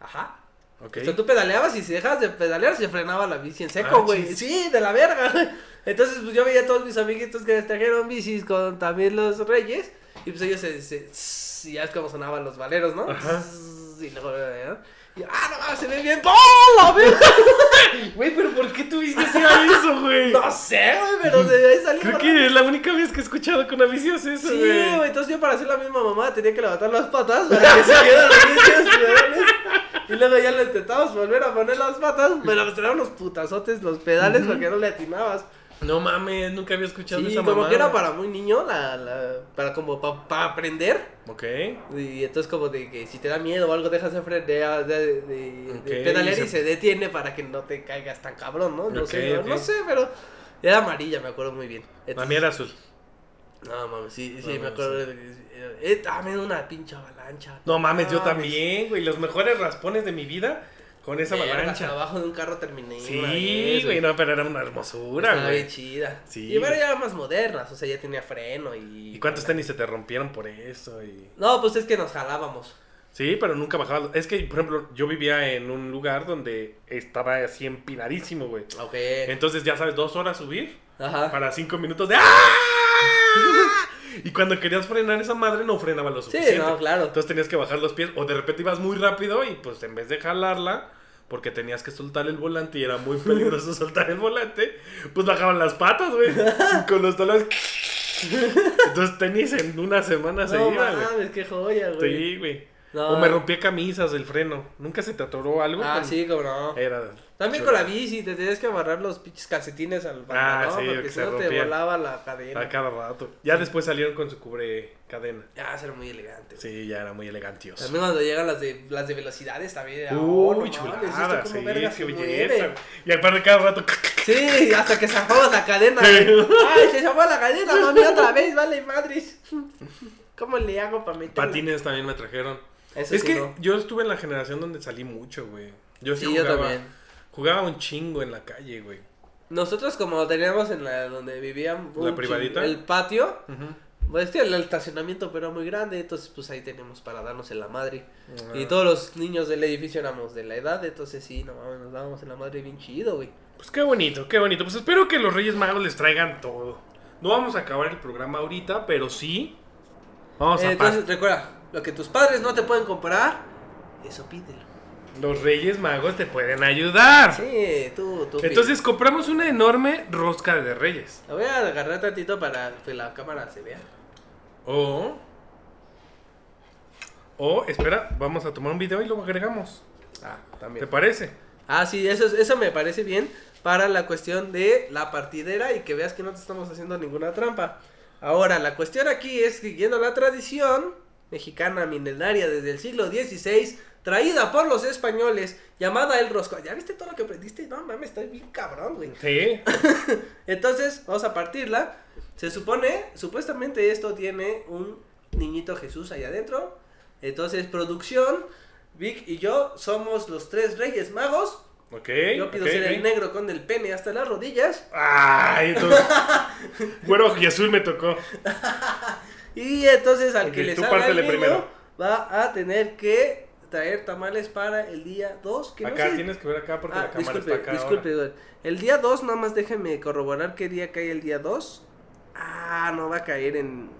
Speaker 2: Ajá.
Speaker 1: Ok.
Speaker 2: O sea, tú pedaleabas y si dejabas de pedalear se frenaba la bici en
Speaker 1: Ah,
Speaker 2: seco, güey.
Speaker 1: chis.
Speaker 2: sí, de la verga. güey. Entonces, pues yo veía a todos mis amiguitos que trajeron bicis con también los reyes. Y pues ellos se... se- tss, y ya es como sonaban los valeros, ¿no?
Speaker 1: Ajá.
Speaker 2: Tss, Y luego... ¿no? Y, ah, no, mames, se ve bien. ¡Oh, la verga!
Speaker 1: Güey, pero ¿por qué tuviste que hacer eso, güey?
Speaker 2: No sé, güey, pero se ve salir.
Speaker 1: Creo que es la única vez que he escuchado con avicios eso,
Speaker 2: Sí,
Speaker 1: güey.
Speaker 2: güey, entonces yo para hacer la misma mamá tenía que levantar las patas para que se vieran los pinches pedales. Y luego ya lo intentamos volver a poner las patas, pero nos traían unos putazotes los pedales porque no le atinabas.
Speaker 1: No mames, nunca había escuchado
Speaker 2: Sí,
Speaker 1: esa
Speaker 2: como
Speaker 1: mamada.
Speaker 2: que era para muy niño, la, la- para como para aprender.
Speaker 1: Ok.
Speaker 2: Y entonces como de que si te da miedo o algo dejas de frente de, de- de- de
Speaker 1: Ok,
Speaker 2: pedalear
Speaker 1: se-
Speaker 2: y se detiene para que no te caigas tan cabrón, ¿no? No,
Speaker 1: Ok,
Speaker 2: sé, no-
Speaker 1: ok.
Speaker 2: no sé, pero era amarilla, me acuerdo muy bien.
Speaker 1: La
Speaker 2: Entonces-
Speaker 1: mía era azul.
Speaker 2: no mames, sí, sí,
Speaker 1: No,
Speaker 2: me
Speaker 1: mames,
Speaker 2: acuerdo. de que- Eh, también una pinche avalancha.
Speaker 1: No mames,
Speaker 2: Ah,
Speaker 1: yo también, güey. Los mejores raspones de mi vida con esa
Speaker 2: Verga, hasta
Speaker 1: avalancha.
Speaker 2: abajo de un carro terminé. una
Speaker 1: Sí,
Speaker 2: vez,
Speaker 1: güey, no, pero era una hermosura,
Speaker 2: Estaba bien
Speaker 1: güey.
Speaker 2: chida.
Speaker 1: Sí.
Speaker 2: Y bueno, ya eran más modernas, o sea, ya tenía freno y.
Speaker 1: ¿Y cuántos tenis se te rompieron por eso? Y...
Speaker 2: No, pues es que nos jalábamos.
Speaker 1: Sí, pero nunca bajaba. Es que, por ejemplo, yo vivía en un lugar donde estaba así empinadísimo, güey.
Speaker 2: Ok.
Speaker 1: Entonces, ya sabes, dos horas subir
Speaker 2: Ajá.
Speaker 1: para cinco minutos de ¡Ah! Y cuando querías frenar esa madre, no frenaba lo
Speaker 2: Sí,
Speaker 1: suficiente.
Speaker 2: no, claro.
Speaker 1: Entonces tenías que bajar los pies o de repente ibas muy rápido y pues en vez de jalarla, porque tenías que soltar el volante y era muy peligroso soltar el volante, pues bajaban las patas, güey. Y Con los talones. Entonces tenis en una semana se
Speaker 2: No
Speaker 1: iba, güey.
Speaker 2: mames, qué joya, güey.
Speaker 1: Sí, güey.
Speaker 2: No.
Speaker 1: O me rompía camisas del freno. ¿Nunca se te atoró algo?
Speaker 2: Ah,
Speaker 1: Con- Eh,
Speaker 2: sí, cómo no.
Speaker 1: Era...
Speaker 2: También con la bici, te tenías que amarrar los pinches calcetines al pantalón,
Speaker 1: Ah, sí,
Speaker 2: porque
Speaker 1: que
Speaker 2: si
Speaker 1: se
Speaker 2: no te
Speaker 1: rompían.
Speaker 2: volaba la
Speaker 1: A
Speaker 2: cadena.
Speaker 1: cada rato. Ya después salieron con su cubre cadena.
Speaker 2: Ya, ser muy elegante. güey.
Speaker 1: Sí, ya era muy elegantioso.
Speaker 2: También cuando llegan las de, las de velocidades también. ah, oh, no
Speaker 1: Uy,
Speaker 2: mames,
Speaker 1: chulada,
Speaker 2: ¿esto cómo
Speaker 1: Uh, sí,
Speaker 2: verga
Speaker 1: qué
Speaker 2: se
Speaker 1: belleza.
Speaker 2: mueve?
Speaker 1: güey. Y al par de cada rato,
Speaker 2: Sí, hasta que zafamos la cadena.
Speaker 1: Sí.
Speaker 2: güey. Ay, se zafó la cadena, mami, otra vez, vale, madres. ¿Cómo le hago para meter?
Speaker 1: patines también me trajeron.
Speaker 2: Eso
Speaker 1: Es
Speaker 2: sí,
Speaker 1: que
Speaker 2: no.
Speaker 1: yo estuve en la generación donde salí mucho, güey. Yo sí,
Speaker 2: Sí, yo
Speaker 1: jugaba.
Speaker 2: también.
Speaker 1: Jugaba un chingo en la calle, güey.
Speaker 2: Nosotros como teníamos en la donde vivíamos
Speaker 1: ¿La privadita?
Speaker 2: el patio,
Speaker 1: Ujú.
Speaker 2: pues es que el estacionamiento pero era muy grande, entonces pues ahí teníamos para darnos en la madre.
Speaker 1: Ah.
Speaker 2: Y todos los niños del edificio éramos de la edad, entonces sí, no mames, nos dábamos en la madre bien chido, güey.
Speaker 1: Pues qué bonito, qué bonito. Pues espero que los Reyes Magos les traigan todo. No vamos a acabar el programa ahorita, pero sí. Vamos
Speaker 2: Eh,
Speaker 1: a
Speaker 2: entonces
Speaker 1: pas-
Speaker 2: recuerda, lo que tus padres no te pueden comprar, eso pídelo.
Speaker 1: Los Reyes Magos te pueden ayudar.
Speaker 2: Sí, tú, tú. pídelo.
Speaker 1: Entonces compramos una enorme rosca de Reyes.
Speaker 2: La voy a agarrar tantito para que la cámara se vea.
Speaker 1: O. O, espera, vamos a tomar un video y lo agregamos.
Speaker 2: Ah,
Speaker 1: ¿Te parece?
Speaker 2: Ah, sí, eso, es- eso me parece bien para la cuestión de la partidera y que veas que no te estamos haciendo ninguna trampa. Ahora, la cuestión aquí es que siguiendo la tradición mexicana milenaria desde el siglo XVI, traída por los españoles, llamada el rosco. ¿Ya viste todo lo que aprendiste? No mames, estoy bien cabrón, güey.
Speaker 1: Sí.
Speaker 2: Entonces, vamos a partirla. Se supone, supuestamente esto tiene un niñito Jesús allá adentro. Entonces, producción, Vic y yo somos los tres reyes magos.
Speaker 1: Ok.
Speaker 2: Yo pido
Speaker 1: ok,
Speaker 2: ser el
Speaker 1: ok.
Speaker 2: negro con el pene hasta las rodillas.
Speaker 1: Ay, entonces. Güero y azul me tocó.
Speaker 2: Y entonces al que
Speaker 1: Ok,
Speaker 2: le
Speaker 1: tú
Speaker 2: salga el
Speaker 1: pártele
Speaker 2: niño,
Speaker 1: primero.
Speaker 2: va a tener que traer tamales para el día 2. Que no
Speaker 1: acá
Speaker 2: sé-
Speaker 1: tienes que ver acá porque
Speaker 2: Ah,
Speaker 1: la cámara
Speaker 2: disculpe,
Speaker 1: está acá.
Speaker 2: disculpe. Eduardo. El día 2, nada más déjeme corroborar qué día cae el día 2. Ah, no va a caer en.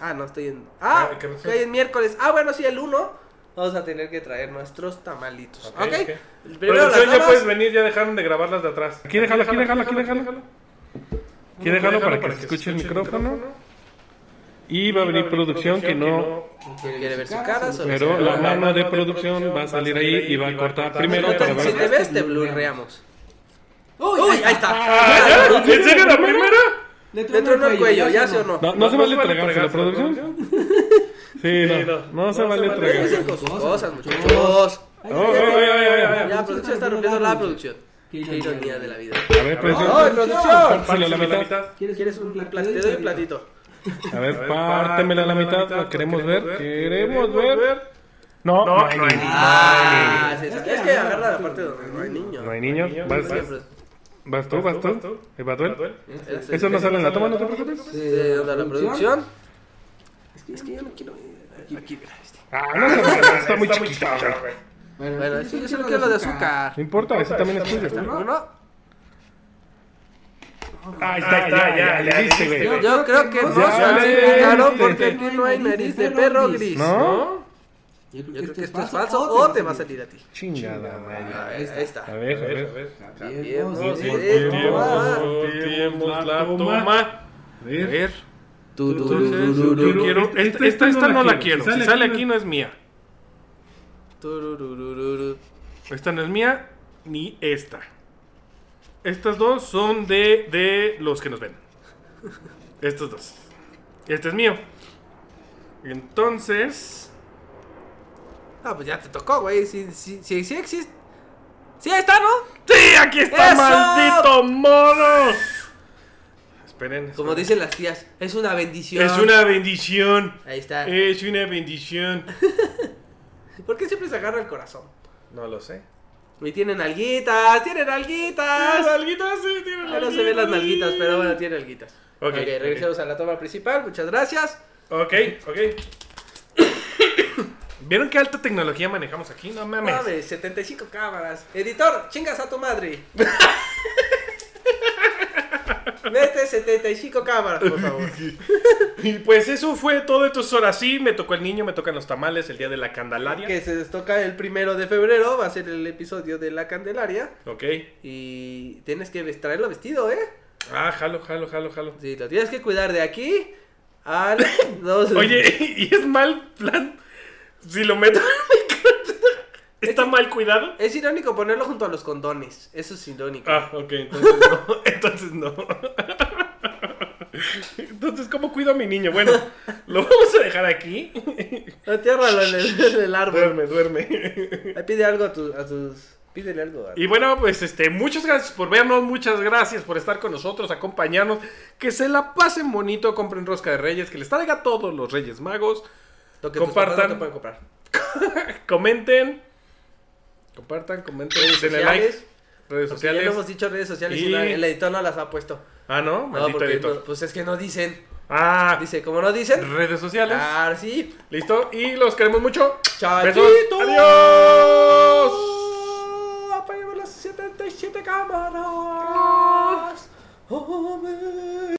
Speaker 2: Ah, no, estoy en. Ah,
Speaker 1: Ah, ¿qué pasó?
Speaker 2: cae en miércoles. Ah, bueno, sí, el 1. Vamos a tener que traer nuestros tamalitos.
Speaker 1: Ok,
Speaker 2: Ok.
Speaker 1: ok.
Speaker 2: El
Speaker 1: Pero
Speaker 2: primero las
Speaker 1: ya
Speaker 2: damas.
Speaker 1: puedes venir, ya dejaron de grabar las de atrás. Aquí déjalo, aquí déjalo, aquí déjalo. Aquí déjalo para que se escuche el micrófono. Y va a venir producción que no.
Speaker 2: Quiere ver su cara,
Speaker 1: Pero la
Speaker 2: solo-
Speaker 1: mano de producción va a salir ahí y va a cortar primero
Speaker 2: Si te-
Speaker 1: para
Speaker 2: Si te
Speaker 1: ver.
Speaker 2: ves, te blurreamos. Uy, ahí está.
Speaker 1: ¡Ah, ya! ¿En serio la primera?
Speaker 3: Le
Speaker 2: Le tronó el cuello, ¿ya sí o no?
Speaker 1: No, no se vale tragarse la producción. Sí, no, no se vale tragarse.
Speaker 2: Dicen con sus cosas, muchachos.
Speaker 1: Oh, oh, oh, oh, oh,
Speaker 2: Ya, producción está rompiendo la producción. Qué ironía de la vida.
Speaker 1: oh. A ver,
Speaker 2: ¡Oh,
Speaker 1: producción.
Speaker 2: producción!
Speaker 1: Párselo a la mitad.
Speaker 2: ¿Quieres un platito? Te doy un platito.
Speaker 1: A ver, pártemela a la mitad, la queremos ver. Queremos ver. No, no hay niño.
Speaker 2: Ah, sí, sí.
Speaker 3: Es
Speaker 2: es,
Speaker 3: que
Speaker 2: que,
Speaker 3: agarra
Speaker 2: agarra la parte donde no hay niño.
Speaker 1: No hay niño. Vas,
Speaker 2: Siempre.
Speaker 1: vas tú, ¿Eh, vas tú. ¿Y Baduel?
Speaker 2: Es-
Speaker 1: Eso no sale en la toma, no te preocupes.
Speaker 2: ¿De dónde la producción? Es que yo no quiero ir. Aquí, mira, este.
Speaker 1: Ah, no se vale, está muy chiquita. güey.
Speaker 2: Bueno, sí, yo solo quiero lo de azúcar.
Speaker 1: No importa, ese también es tuyo.
Speaker 2: Uno.
Speaker 1: Ahí está, ya, ya, ya, viste, güey.
Speaker 2: Yo creo que no
Speaker 1: Ya, ya,
Speaker 2: se
Speaker 1: ya,
Speaker 2: claro,
Speaker 1: ya,
Speaker 2: porque
Speaker 1: ya.
Speaker 2: aquí no hay nariz de perro gris.
Speaker 1: ¿No?
Speaker 3: Yo
Speaker 2: Yo creo que esto es falso o te va a salir a ti.
Speaker 1: Chingada madre.
Speaker 2: Ahí está.
Speaker 1: A ver, a ver.
Speaker 2: Bien,
Speaker 3: Bien,
Speaker 2: vamos,
Speaker 3: bien.
Speaker 2: bien, vamos.
Speaker 1: Volteemos la toma. A ver.
Speaker 2: Tú, tú,
Speaker 1: Entonces, yo quiero. Esta, esta, esta Este, no la quiero. Si sale aquí, no es mía.
Speaker 2: Turururururu.
Speaker 1: Esta no es mía, ni esta. Estas dos son de, de los que nos ven. Estos dos. Este es mío. Entonces.
Speaker 2: Ah, pues ya te tocó, güey. Si, si, si, si existe. Sí, ahí está, ¿no?
Speaker 1: ¡Sí! ¡Aquí está,
Speaker 2: ¡Eso!
Speaker 1: maldito mono! Esperen.
Speaker 2: Como
Speaker 1: esperen.
Speaker 2: dicen las tías, es una bendición.
Speaker 1: Es una Eh. bendición.
Speaker 2: Ahí está.
Speaker 1: Es una bendición.
Speaker 2: ¿Por qué siempre se agarra el corazón?
Speaker 1: No lo sé.
Speaker 2: Y tienen alguitas, tienen
Speaker 1: Ah, Las
Speaker 2: alguitas.
Speaker 1: nalguitas, sí, tiene
Speaker 2: Ah, no se ven las nalguitas, pero bueno, tiene alguitas.
Speaker 1: Ok,
Speaker 2: ok, regresemos a la toma principal. Muchas gracias.
Speaker 1: Ok, ok. ¿Vieron qué alta tecnología manejamos aquí? No mames.
Speaker 2: Mames, 75 cámaras. Editor, chingas a tu madre. Mete 75 cámaras, por favor.
Speaker 1: Y pues eso fue todo estos horas. Sí, me tocó el niño, me tocan los tamales el día de la Candelaria.
Speaker 2: Que se les toca el primero de febrero, va a ser el episodio de La Candelaria.
Speaker 1: Ok.
Speaker 2: Y tienes que ves- traerlo vestido, ¿eh?
Speaker 1: Ah, jalo, jalo, jalo, jalo.
Speaker 2: Sí, lo tienes que cuidar de aquí al 2
Speaker 1: Oye, y es mal plan. Si lo meto en mi casa, ¿Está mal cuidado?
Speaker 2: Es irónico ponerlo junto a los condones. Eso es irónico.
Speaker 1: Ah, ok, entonces no. Entonces no. Entonces, ¿cómo cuido a mi niño? Bueno, lo vamos a dejar aquí.
Speaker 2: Entiérralo en el, en el árbol.
Speaker 1: Duerme, duerme.
Speaker 2: Ahí pide algo a, tu- a tus. Pídele algo a.
Speaker 1: Y bueno, pues este, muchas gracias por vernos, muchas gracias por estar con nosotros, acompañarnos, que se la pasen bonito, compren rosca de reyes, que les traiga a todos los reyes magos,
Speaker 2: Lo que tus papás no
Speaker 1: compartan.
Speaker 2: te pueden comprar.
Speaker 1: comenten, compartan, comenten, denle like,
Speaker 2: Sociales,
Speaker 1: redes
Speaker 2: porque Ya
Speaker 1: sociales.
Speaker 2: lo hemos dicho redes sociales y,
Speaker 1: Y-
Speaker 2: no- el editor no las ha puesto.
Speaker 1: Ah, no,
Speaker 2: No,
Speaker 1: maldito
Speaker 2: porque
Speaker 1: editor.
Speaker 2: no- pues es que no dicen.
Speaker 1: Ah,
Speaker 2: Dice, como no dicen.
Speaker 1: redes sociales.
Speaker 2: Ah, sí.
Speaker 1: Listo, y los queremos mucho.
Speaker 2: Chachito.
Speaker 1: Besos. Adiós.
Speaker 2: Apaguemos las 77 cámaras. Amén.